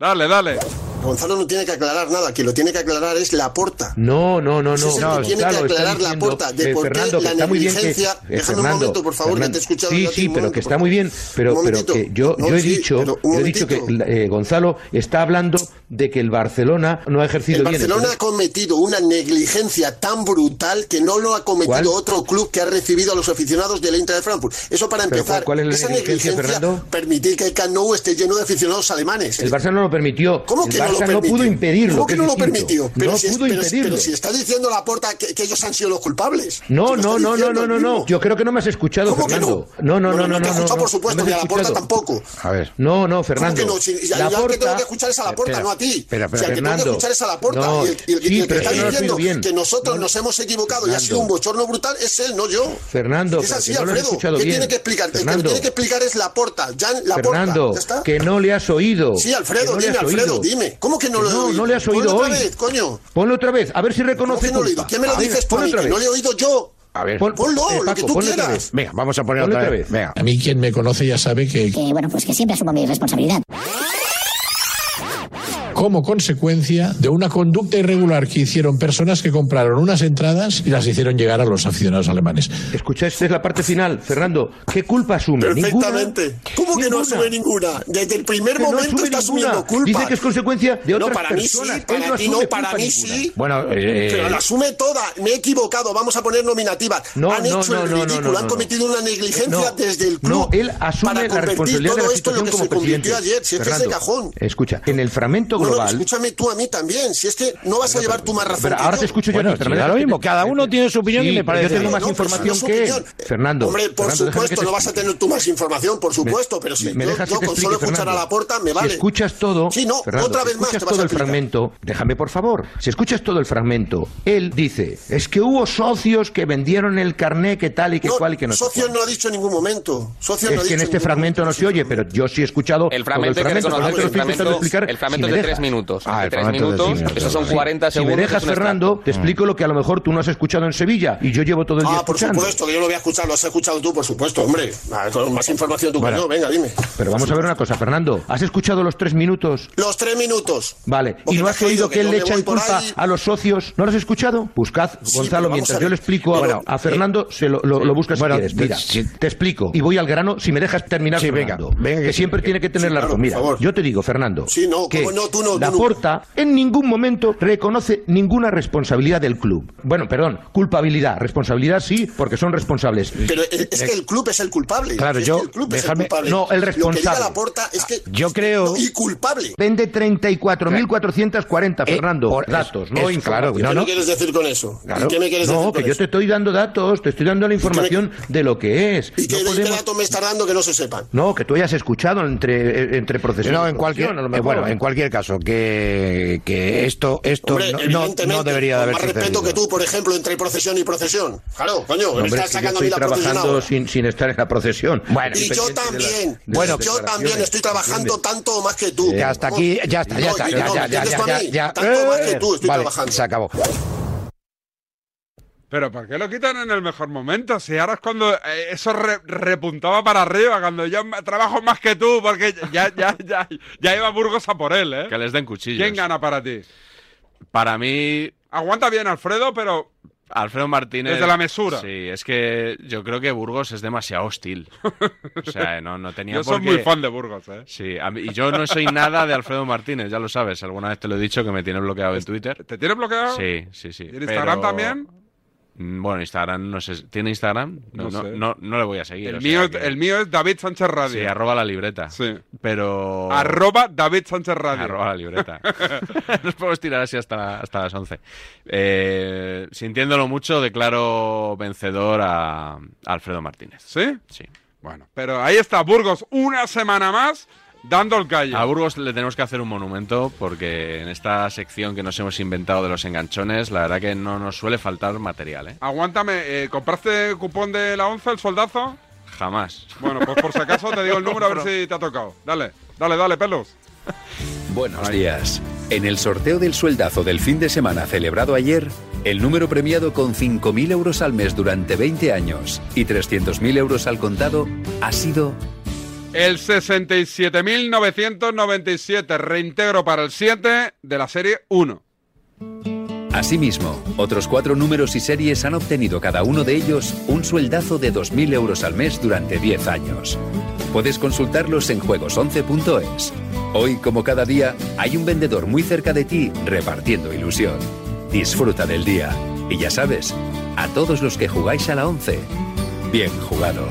[SPEAKER 4] Dale, dale.
[SPEAKER 17] Gonzalo no tiene que aclarar nada, quien lo tiene que aclarar es la porta.
[SPEAKER 14] No, no, no, no.
[SPEAKER 17] Ese es el que tiene
[SPEAKER 14] claro,
[SPEAKER 17] que
[SPEAKER 14] está
[SPEAKER 17] aclarar la
[SPEAKER 14] diciendo,
[SPEAKER 17] puerta de
[SPEAKER 14] eh,
[SPEAKER 17] por qué
[SPEAKER 14] Fernando, que
[SPEAKER 17] la
[SPEAKER 14] está muy bien que-
[SPEAKER 17] negligencia-
[SPEAKER 14] eh,
[SPEAKER 17] Déjame un
[SPEAKER 14] Fernando,
[SPEAKER 17] momento, por favor, que te he
[SPEAKER 14] Fernando,
[SPEAKER 17] escuchado
[SPEAKER 14] Sí,
[SPEAKER 17] yo a ti,
[SPEAKER 14] sí,
[SPEAKER 17] un
[SPEAKER 14] pero
[SPEAKER 17] momento,
[SPEAKER 14] que está
[SPEAKER 17] por
[SPEAKER 14] muy bien, pero,
[SPEAKER 17] Un
[SPEAKER 14] pero
[SPEAKER 17] momentito.
[SPEAKER 14] que yo,
[SPEAKER 17] No,
[SPEAKER 14] yo he
[SPEAKER 17] sí,
[SPEAKER 14] dicho,
[SPEAKER 17] pero un
[SPEAKER 14] yo he dicho que
[SPEAKER 17] momentito.
[SPEAKER 14] eh, Gonzalo está hablando de que el Barcelona no ha ejercido
[SPEAKER 17] El
[SPEAKER 14] bien.
[SPEAKER 17] Barcelona
[SPEAKER 14] entonces-
[SPEAKER 17] ha cometido una negligencia tan brutal que no lo ha cometido
[SPEAKER 14] ¿Cuál?
[SPEAKER 17] otro club que ha recibido a los aficionados del Inter de Frankfurt. Eso para
[SPEAKER 14] ¿Pero
[SPEAKER 17] empezar.
[SPEAKER 14] cuál- cuál es la
[SPEAKER 17] esa
[SPEAKER 14] negligencia, Fernando?
[SPEAKER 17] permitir que el Camp Nou esté lleno de aficionados alemanes.
[SPEAKER 14] el Barça no lo permitió.
[SPEAKER 17] ¿Cómo que
[SPEAKER 14] el
[SPEAKER 17] no lo
[SPEAKER 14] Barça no,
[SPEAKER 17] permitió?
[SPEAKER 14] pudo impedirlo.
[SPEAKER 17] ¿Cómo que
[SPEAKER 14] es
[SPEAKER 17] no lo
[SPEAKER 14] distinto.
[SPEAKER 17] permitió? Pero,
[SPEAKER 14] no
[SPEAKER 17] si, es-
[SPEAKER 14] pudo
[SPEAKER 17] pero-
[SPEAKER 14] impedirlo.
[SPEAKER 17] pero si está diciendo la porta que, que ellos han sido los culpables.
[SPEAKER 14] No, no, no, no, no, no, no. Yo creo que no me has escuchado,
[SPEAKER 17] ¿Cómo que
[SPEAKER 14] Fernando. No, no, no, no, no.
[SPEAKER 17] te he
[SPEAKER 14] no,
[SPEAKER 17] escuchado,
[SPEAKER 14] no,
[SPEAKER 17] por supuesto,
[SPEAKER 14] no me
[SPEAKER 17] ni a
[SPEAKER 14] has
[SPEAKER 17] Laporta
[SPEAKER 14] escuchado.
[SPEAKER 17] tampoco.
[SPEAKER 14] A ver. No, no,
[SPEAKER 17] ¿Cómo
[SPEAKER 14] Fernando.
[SPEAKER 17] que no? Si, si-
[SPEAKER 14] La
[SPEAKER 17] yo al que tengo
[SPEAKER 14] Porta-
[SPEAKER 17] que escuchar es a la puerta,
[SPEAKER 14] Espera,
[SPEAKER 17] no a ti.
[SPEAKER 14] espera, espera,
[SPEAKER 17] si al que tengo que
[SPEAKER 14] Fernando.
[SPEAKER 17] escuchar es a la puerta.
[SPEAKER 14] No,
[SPEAKER 17] y el, y el- y el
[SPEAKER 14] sí,
[SPEAKER 17] que
[SPEAKER 14] pero
[SPEAKER 17] está
[SPEAKER 14] eso no lo has
[SPEAKER 17] diciendo
[SPEAKER 14] oído bien.
[SPEAKER 17] que nosotros nos hemos equivocado y ha sido
[SPEAKER 14] Fernando.
[SPEAKER 17] un bochorno brutal es él, no yo.
[SPEAKER 14] Fernando,
[SPEAKER 17] es
[SPEAKER 14] pero
[SPEAKER 17] así,
[SPEAKER 14] que no lo has
[SPEAKER 17] Alfredo.
[SPEAKER 14] escuchado
[SPEAKER 17] ¿Qué
[SPEAKER 14] bien.
[SPEAKER 17] tiene que explicar? El que
[SPEAKER 14] Fernando.
[SPEAKER 17] lo tiene que explicar es la porta. Jan, la
[SPEAKER 14] Fernando,
[SPEAKER 17] ¿Ya está?
[SPEAKER 14] que no le has oído.
[SPEAKER 17] Sí,
[SPEAKER 14] Que
[SPEAKER 17] Alfredo,
[SPEAKER 14] no le
[SPEAKER 17] dime,
[SPEAKER 14] has
[SPEAKER 17] Alfredo,
[SPEAKER 14] oído.
[SPEAKER 17] dime. ¿Cómo que no lo he
[SPEAKER 14] no,
[SPEAKER 17] oído?
[SPEAKER 14] No le has
[SPEAKER 17] Ponlo
[SPEAKER 14] oído
[SPEAKER 17] otra
[SPEAKER 14] hoy.
[SPEAKER 17] vez, coño.
[SPEAKER 14] Ponlo otra vez, a ver si reconoce.
[SPEAKER 17] ¿Cómo que no lo he
[SPEAKER 14] culpa.
[SPEAKER 17] oído? ¿Quién me lo
[SPEAKER 14] A ver,
[SPEAKER 17] dices tú a
[SPEAKER 14] ponlo
[SPEAKER 17] mí?
[SPEAKER 14] otra
[SPEAKER 17] Que
[SPEAKER 14] vez.
[SPEAKER 17] no le he oído yo.
[SPEAKER 14] A ver, eh,
[SPEAKER 17] Ponlo, lo que tú
[SPEAKER 14] ponlo otra
[SPEAKER 17] quieras.
[SPEAKER 14] vez. Venga, vamos a poner otra, vez. Venga.
[SPEAKER 26] A mí quien me conoce ya sabe que
[SPEAKER 15] bueno, pues que siempre asumo mi responsabilidad.
[SPEAKER 26] como consecuencia de una conducta irregular que hicieron personas que compraron unas entradas y las hicieron llegar a los aficionados alemanes.
[SPEAKER 14] Escucháis, esta es la parte final, Fernando. ¿Qué culpa asume?
[SPEAKER 17] Perfectamente. ¿Cómo que no asume ninguna? Desde el primer
[SPEAKER 14] Que no
[SPEAKER 17] momento
[SPEAKER 14] asume
[SPEAKER 17] está asumiendo
[SPEAKER 14] ninguna.
[SPEAKER 17] culpa.
[SPEAKER 14] Dice que es consecuencia de
[SPEAKER 17] No,
[SPEAKER 14] otras
[SPEAKER 17] para
[SPEAKER 14] personas.
[SPEAKER 17] mí
[SPEAKER 14] Él
[SPEAKER 17] sí, para
[SPEAKER 14] no
[SPEAKER 17] ti
[SPEAKER 14] asume
[SPEAKER 17] no, para
[SPEAKER 14] culpa
[SPEAKER 17] mí
[SPEAKER 14] ninguna.
[SPEAKER 17] sí.
[SPEAKER 14] Bueno, eh,
[SPEAKER 17] Pero la asume toda. Me he equivocado. Vamos a poner nominativa.
[SPEAKER 14] No,
[SPEAKER 17] han
[SPEAKER 14] no,
[SPEAKER 17] hecho
[SPEAKER 14] no,
[SPEAKER 17] el
[SPEAKER 14] no, no,
[SPEAKER 17] ridículo.
[SPEAKER 14] no, no,
[SPEAKER 17] han
[SPEAKER 14] no.
[SPEAKER 17] cometido una negligencia
[SPEAKER 14] No,
[SPEAKER 17] desde el
[SPEAKER 14] No,
[SPEAKER 17] club.
[SPEAKER 14] él asume
[SPEAKER 17] para
[SPEAKER 14] la
[SPEAKER 17] convertir
[SPEAKER 14] responsabilidad de la
[SPEAKER 17] todo esto en lo
[SPEAKER 14] situación
[SPEAKER 17] que
[SPEAKER 14] como
[SPEAKER 17] se convirtió
[SPEAKER 14] presidente.
[SPEAKER 17] ayer. Si es que es de
[SPEAKER 14] Fernando,
[SPEAKER 17] cajón.
[SPEAKER 14] escucha, en el fragmento
[SPEAKER 17] No, no,
[SPEAKER 14] global.
[SPEAKER 17] escúchame tú a mí también. Si es que no vas a llevar tú más razón.
[SPEAKER 14] Pero
[SPEAKER 17] que
[SPEAKER 14] ahora
[SPEAKER 17] yo.
[SPEAKER 14] te escucho yo. a ti, Fernando.
[SPEAKER 17] Cada uno tiene su
[SPEAKER 14] opinión Sí, y me pero parece yo tengo bien. más
[SPEAKER 17] No, pero
[SPEAKER 14] información
[SPEAKER 17] si no
[SPEAKER 14] que
[SPEAKER 17] es
[SPEAKER 14] él.
[SPEAKER 17] opinión.
[SPEAKER 14] Fernando,
[SPEAKER 17] Hombre, por
[SPEAKER 14] Fernando, déjame que
[SPEAKER 17] supuesto,
[SPEAKER 14] te
[SPEAKER 17] no vas a
[SPEAKER 14] explique.
[SPEAKER 17] tener tú más información, por supuesto,
[SPEAKER 14] Me-
[SPEAKER 17] pero si
[SPEAKER 14] me
[SPEAKER 17] yo,
[SPEAKER 14] dejas
[SPEAKER 17] yo
[SPEAKER 14] que te
[SPEAKER 17] con
[SPEAKER 14] explique,
[SPEAKER 17] solo escuchar
[SPEAKER 14] Fernando.
[SPEAKER 17] a la puerta me vale.
[SPEAKER 14] Si escuchas todo,
[SPEAKER 17] Sí, no,
[SPEAKER 14] Fernando,
[SPEAKER 17] otra
[SPEAKER 14] si
[SPEAKER 17] vez más te
[SPEAKER 14] escuchas
[SPEAKER 17] vas
[SPEAKER 14] todo
[SPEAKER 17] a
[SPEAKER 14] el
[SPEAKER 17] explicar.
[SPEAKER 14] fragmento, déjame por favor, si escuchas todo el fragmento, él dice, es que hubo socios que vendieron el carné que tal y que cual y que no. sé
[SPEAKER 17] Socio no ha dicho en ningún momento. Socio no ha
[SPEAKER 14] es que
[SPEAKER 17] dicho
[SPEAKER 14] en
[SPEAKER 17] en
[SPEAKER 14] este
[SPEAKER 17] ningún
[SPEAKER 14] fragmento no se oye, pero yo sí he escuchado
[SPEAKER 54] El fragmento,
[SPEAKER 14] todo
[SPEAKER 54] hay que
[SPEAKER 14] por lo
[SPEAKER 54] reconocer
[SPEAKER 14] tanto,
[SPEAKER 54] que
[SPEAKER 14] lo estoy intentando
[SPEAKER 54] el
[SPEAKER 14] explicar
[SPEAKER 54] fragmento, el fragmento
[SPEAKER 14] si
[SPEAKER 54] es
[SPEAKER 14] me
[SPEAKER 54] de tres
[SPEAKER 14] dejas.
[SPEAKER 54] minutos.
[SPEAKER 14] Ah, el
[SPEAKER 54] de tres
[SPEAKER 14] fragmento es de
[SPEAKER 54] minutos,
[SPEAKER 14] tres minutos,
[SPEAKER 54] esos son
[SPEAKER 14] sí.
[SPEAKER 54] 40 segundos.
[SPEAKER 14] Si me dejas,
[SPEAKER 54] es un extra-
[SPEAKER 14] Fernando, te explico lo que a lo mejor tú no has escuchado en Sevilla y yo llevo todo el día
[SPEAKER 17] Ah, por
[SPEAKER 14] escuchando.
[SPEAKER 17] supuesto, que yo lo voy a escuchar, lo has escuchado tú, por supuesto, hombre. Ah, Con más información tú
[SPEAKER 14] Bueno.
[SPEAKER 17] que yo, venga, dime.
[SPEAKER 14] Pero vamos a ver una cosa, Fernando, ¿has escuchado los tres minutos?
[SPEAKER 17] Los tres minutos.
[SPEAKER 14] Vale, ¿y
[SPEAKER 17] Porque
[SPEAKER 14] no
[SPEAKER 17] me
[SPEAKER 14] has
[SPEAKER 17] has oído
[SPEAKER 14] oído
[SPEAKER 17] que
[SPEAKER 14] que él
[SPEAKER 17] yo
[SPEAKER 14] le
[SPEAKER 17] me
[SPEAKER 14] echa
[SPEAKER 17] voy
[SPEAKER 14] en
[SPEAKER 17] por
[SPEAKER 14] culpa
[SPEAKER 17] ahí.
[SPEAKER 14] a los socios? ¿No lo has escuchado? Buscad,
[SPEAKER 17] pero
[SPEAKER 14] Gonzalo,
[SPEAKER 17] vamos
[SPEAKER 14] mientras
[SPEAKER 17] a ver.
[SPEAKER 14] yo le explico a-
[SPEAKER 17] Bueno,
[SPEAKER 14] a, Fernando, se lo, lo- lo buscas
[SPEAKER 54] bueno,
[SPEAKER 14] si quieres.
[SPEAKER 54] de-
[SPEAKER 14] Mira,
[SPEAKER 54] sí.
[SPEAKER 14] te explico y voy al grano si me dejas terminar,
[SPEAKER 54] Sí, venga,
[SPEAKER 14] Fernando,
[SPEAKER 54] venga,
[SPEAKER 14] que,
[SPEAKER 54] que sí,
[SPEAKER 14] siempre
[SPEAKER 54] que-
[SPEAKER 14] tiene que tener
[SPEAKER 54] sí,
[SPEAKER 14] la
[SPEAKER 54] claro,
[SPEAKER 14] razón.
[SPEAKER 54] por
[SPEAKER 14] Mira,
[SPEAKER 54] favor.
[SPEAKER 14] yo te digo, Fernando,
[SPEAKER 54] Sí, no,
[SPEAKER 14] que
[SPEAKER 54] cómo no, tú no, tú
[SPEAKER 14] la
[SPEAKER 54] no.
[SPEAKER 14] Porta en ningún momento reconoce ninguna responsabilidad del club. Bueno, perdón, culpabilidad. Responsabilidad sí, porque son responsables.
[SPEAKER 17] Pero es, es que el club es el culpable.
[SPEAKER 14] Claro,
[SPEAKER 17] Es
[SPEAKER 14] yo-
[SPEAKER 17] que el club
[SPEAKER 14] déjame-
[SPEAKER 17] es el culpable.
[SPEAKER 14] no, el
[SPEAKER 17] Lo que
[SPEAKER 14] responsable.
[SPEAKER 17] diga la porta es que
[SPEAKER 14] Yo creo.
[SPEAKER 17] y culpable.
[SPEAKER 14] Vende 34.440, Fernando. datos, no
[SPEAKER 17] Es-
[SPEAKER 14] información.
[SPEAKER 17] ¿Qué me quieres decir con eso?
[SPEAKER 14] Claro.
[SPEAKER 17] ¿Qué me quieres
[SPEAKER 14] no,
[SPEAKER 17] decir
[SPEAKER 14] que
[SPEAKER 17] con
[SPEAKER 14] yo
[SPEAKER 17] eso?
[SPEAKER 14] te estoy dando datos, te estoy dando la información de lo que es.
[SPEAKER 17] ¿Y qué, qué datos me está dando que no se sepan?
[SPEAKER 14] No, que tú hayas escuchado entre, eh, entre procesos.
[SPEAKER 54] No,
[SPEAKER 14] de
[SPEAKER 54] en cualquier,
[SPEAKER 14] producción, a lo mejor.
[SPEAKER 54] eh, bueno, en cualquier caso,
[SPEAKER 18] creo que, que esto, esto
[SPEAKER 17] Hombre,
[SPEAKER 18] no, no,
[SPEAKER 17] evidentemente,
[SPEAKER 18] no debería de
[SPEAKER 17] con
[SPEAKER 18] haber
[SPEAKER 17] más respeto
[SPEAKER 18] sucedido.
[SPEAKER 17] que tú, por ejemplo, entre procesión y procesión. Claro, coño, me
[SPEAKER 18] Hombre,
[SPEAKER 17] estás
[SPEAKER 18] es que yo
[SPEAKER 17] sacando a mí la
[SPEAKER 18] estoy
[SPEAKER 17] procesión
[SPEAKER 18] trabajando
[SPEAKER 17] ahora.
[SPEAKER 18] sin, sin estar en la procesión. Bueno,
[SPEAKER 17] y yo también, y
[SPEAKER 18] Bueno,
[SPEAKER 17] yo también estoy trabajando tanto más que tú.
[SPEAKER 18] Ya hasta aquí, ya está, ya
[SPEAKER 17] No,
[SPEAKER 18] está,
[SPEAKER 17] yo
[SPEAKER 18] ya,
[SPEAKER 17] no,
[SPEAKER 18] ya,
[SPEAKER 17] ¿me
[SPEAKER 18] ya,
[SPEAKER 17] entiendes
[SPEAKER 18] ya,
[SPEAKER 17] tú a
[SPEAKER 18] ya,
[SPEAKER 17] mí?
[SPEAKER 18] ya. Eh,
[SPEAKER 17] Tanto más
[SPEAKER 14] Eh,
[SPEAKER 17] que tú estoy
[SPEAKER 18] Vale,
[SPEAKER 17] trabajando.
[SPEAKER 18] se acabó.
[SPEAKER 4] Pero ¿por qué lo quitan en el mejor momento? Si ahora es cuando eh, eso re- repuntaba para arriba, cuando yo ma- trabajo más que tú, porque ya, ya, ya, ya iba Burgos a por él, ¿eh?
[SPEAKER 5] Que les den cuchillos.
[SPEAKER 4] ¿Quién gana para ti?
[SPEAKER 5] Para mí,
[SPEAKER 4] Aguanta bien Alfredo, pero
[SPEAKER 5] Alfredo Martínez.
[SPEAKER 4] Desde la mesura.
[SPEAKER 5] Sí, es que yo creo que Burgos es demasiado hostil. O sea, no, no tenía
[SPEAKER 4] yo
[SPEAKER 5] por
[SPEAKER 4] soy
[SPEAKER 5] qué-
[SPEAKER 4] muy fan de Burgos, ¿eh?
[SPEAKER 5] Sí, a mí- y yo no soy nada de Alfredo Martínez, ya lo sabes. Alguna vez te lo he dicho que me tiene bloqueado en Twitter.
[SPEAKER 4] ¿Te tiene bloqueado?
[SPEAKER 5] Sí, sí, sí. mm,
[SPEAKER 4] ¿Y en Instagram también?
[SPEAKER 5] Bueno, Instagram, no sé. ¿Tiene Instagram?
[SPEAKER 4] No
[SPEAKER 5] No, no,
[SPEAKER 4] sé.
[SPEAKER 5] no- no le voy a seguir.
[SPEAKER 4] El
[SPEAKER 5] o
[SPEAKER 4] mío,
[SPEAKER 5] sea
[SPEAKER 4] es-
[SPEAKER 5] que-
[SPEAKER 4] el mío es David Sánchez Radio.
[SPEAKER 5] Sí, arroba la libreta.
[SPEAKER 4] Sí.
[SPEAKER 5] Pero.
[SPEAKER 4] Arroba David Sánchez Radio.
[SPEAKER 5] Arroba la libreta. Nos podemos tirar así hasta, hasta las 11. Eh, sintiéndolo mucho, declaro vencedor a a Alfredo Martínez.
[SPEAKER 4] ¿Sí?
[SPEAKER 5] Sí.
[SPEAKER 4] Bueno, pero ahí está Burgos, una semana más dando el calle.
[SPEAKER 5] A Burgos le tenemos que hacer un monumento porque en esta sección que nos hemos inventado de los enganchones, la verdad que no nos suele faltar material, ¿eh?
[SPEAKER 4] Aguántame, eh, ¿compraste el cupón de la 11, el soldazo?
[SPEAKER 5] Jamás.
[SPEAKER 4] Bueno, pues por si acaso te digo el número a ver si te ha tocado. Dale, dale, dale, pelos.
[SPEAKER 14] Buenos días. En el sorteo del sueldazo del fin de semana celebrado ayer, el número premiado con 5.000 euros al mes durante 20 años y 300.000 euros al contado ha sido
[SPEAKER 4] El 67.997, reintegro para el 7 de la serie 1.
[SPEAKER 14] Asimismo, otros cuatro números y series han obtenido cada uno de ellos un sueldazo de 2.000 euros al mes durante 10 años. Puedes consultarlos en juegos11.es. Hoy, como cada día, hay un vendedor muy cerca de ti repartiendo ilusión. Disfruta del día. Y ya sabes, a todos los que jugáis a la 11, bien jugado.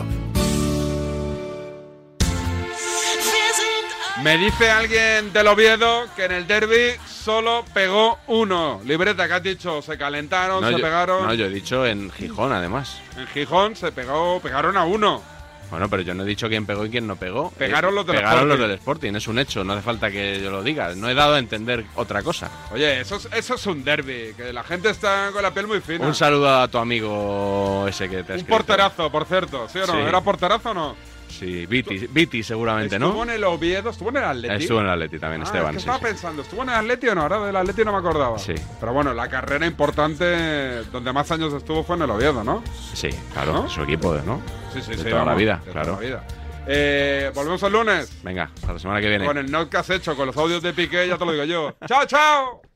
[SPEAKER 4] Me dice alguien del Oviedo que en el derby solo pegó uno. Libreta, que has dicho? Se calentaron, se
[SPEAKER 5] yo,
[SPEAKER 4] pegaron.
[SPEAKER 5] no, yo he dicho en Gijón, además.
[SPEAKER 4] En Gijón se pegó, pegaron a uno.
[SPEAKER 5] Bueno, pero yo no he dicho quién pegó y quién no pegó.
[SPEAKER 4] Pegaron
[SPEAKER 5] Eh,
[SPEAKER 4] los del
[SPEAKER 5] pegaron los
[SPEAKER 4] Sporting.
[SPEAKER 5] del Sporting, es un hecho, no hace falta que yo lo diga. No he dado a entender otra cosa.
[SPEAKER 4] Oye, eso es, eso es un derby, que la gente está con la piel muy fina.
[SPEAKER 5] Un saludo a tu amigo ese que te ha
[SPEAKER 4] Un
[SPEAKER 5] escrito.
[SPEAKER 4] porterazo, por cierto, ¿sí o no?
[SPEAKER 5] Sí.
[SPEAKER 4] ¿Era porterazo o no?
[SPEAKER 5] Sí, Viti, Viti seguramente,
[SPEAKER 4] estuvo
[SPEAKER 5] ¿no?
[SPEAKER 4] en el Oviedo, estuvo en el Atleti.
[SPEAKER 5] Estuvo en el Atleti también,
[SPEAKER 4] Ah,
[SPEAKER 5] Esteban.
[SPEAKER 4] es que
[SPEAKER 5] sí,
[SPEAKER 4] estaba
[SPEAKER 5] sí.
[SPEAKER 4] pensando, ¿estuvo en el Atleti o no? Ahora del Atleti no me acordaba.
[SPEAKER 5] Sí.
[SPEAKER 4] Pero bueno, la carrera importante donde más años estuvo fue en el Oviedo, ¿no?
[SPEAKER 5] Sí, claro,
[SPEAKER 4] ¿No?
[SPEAKER 5] su equipo, ¿no?
[SPEAKER 4] Sí, sí,
[SPEAKER 5] de
[SPEAKER 4] sí,
[SPEAKER 5] Toda la
[SPEAKER 4] vamos,
[SPEAKER 5] vida,
[SPEAKER 4] de toda
[SPEAKER 5] claro.
[SPEAKER 4] la vida. Eh, volvemos el lunes
[SPEAKER 5] Venga, hasta la semana que viene.
[SPEAKER 4] con el note que has hecho, con los audios de Piqué, ya te lo digo yo. ¡Chao, chao!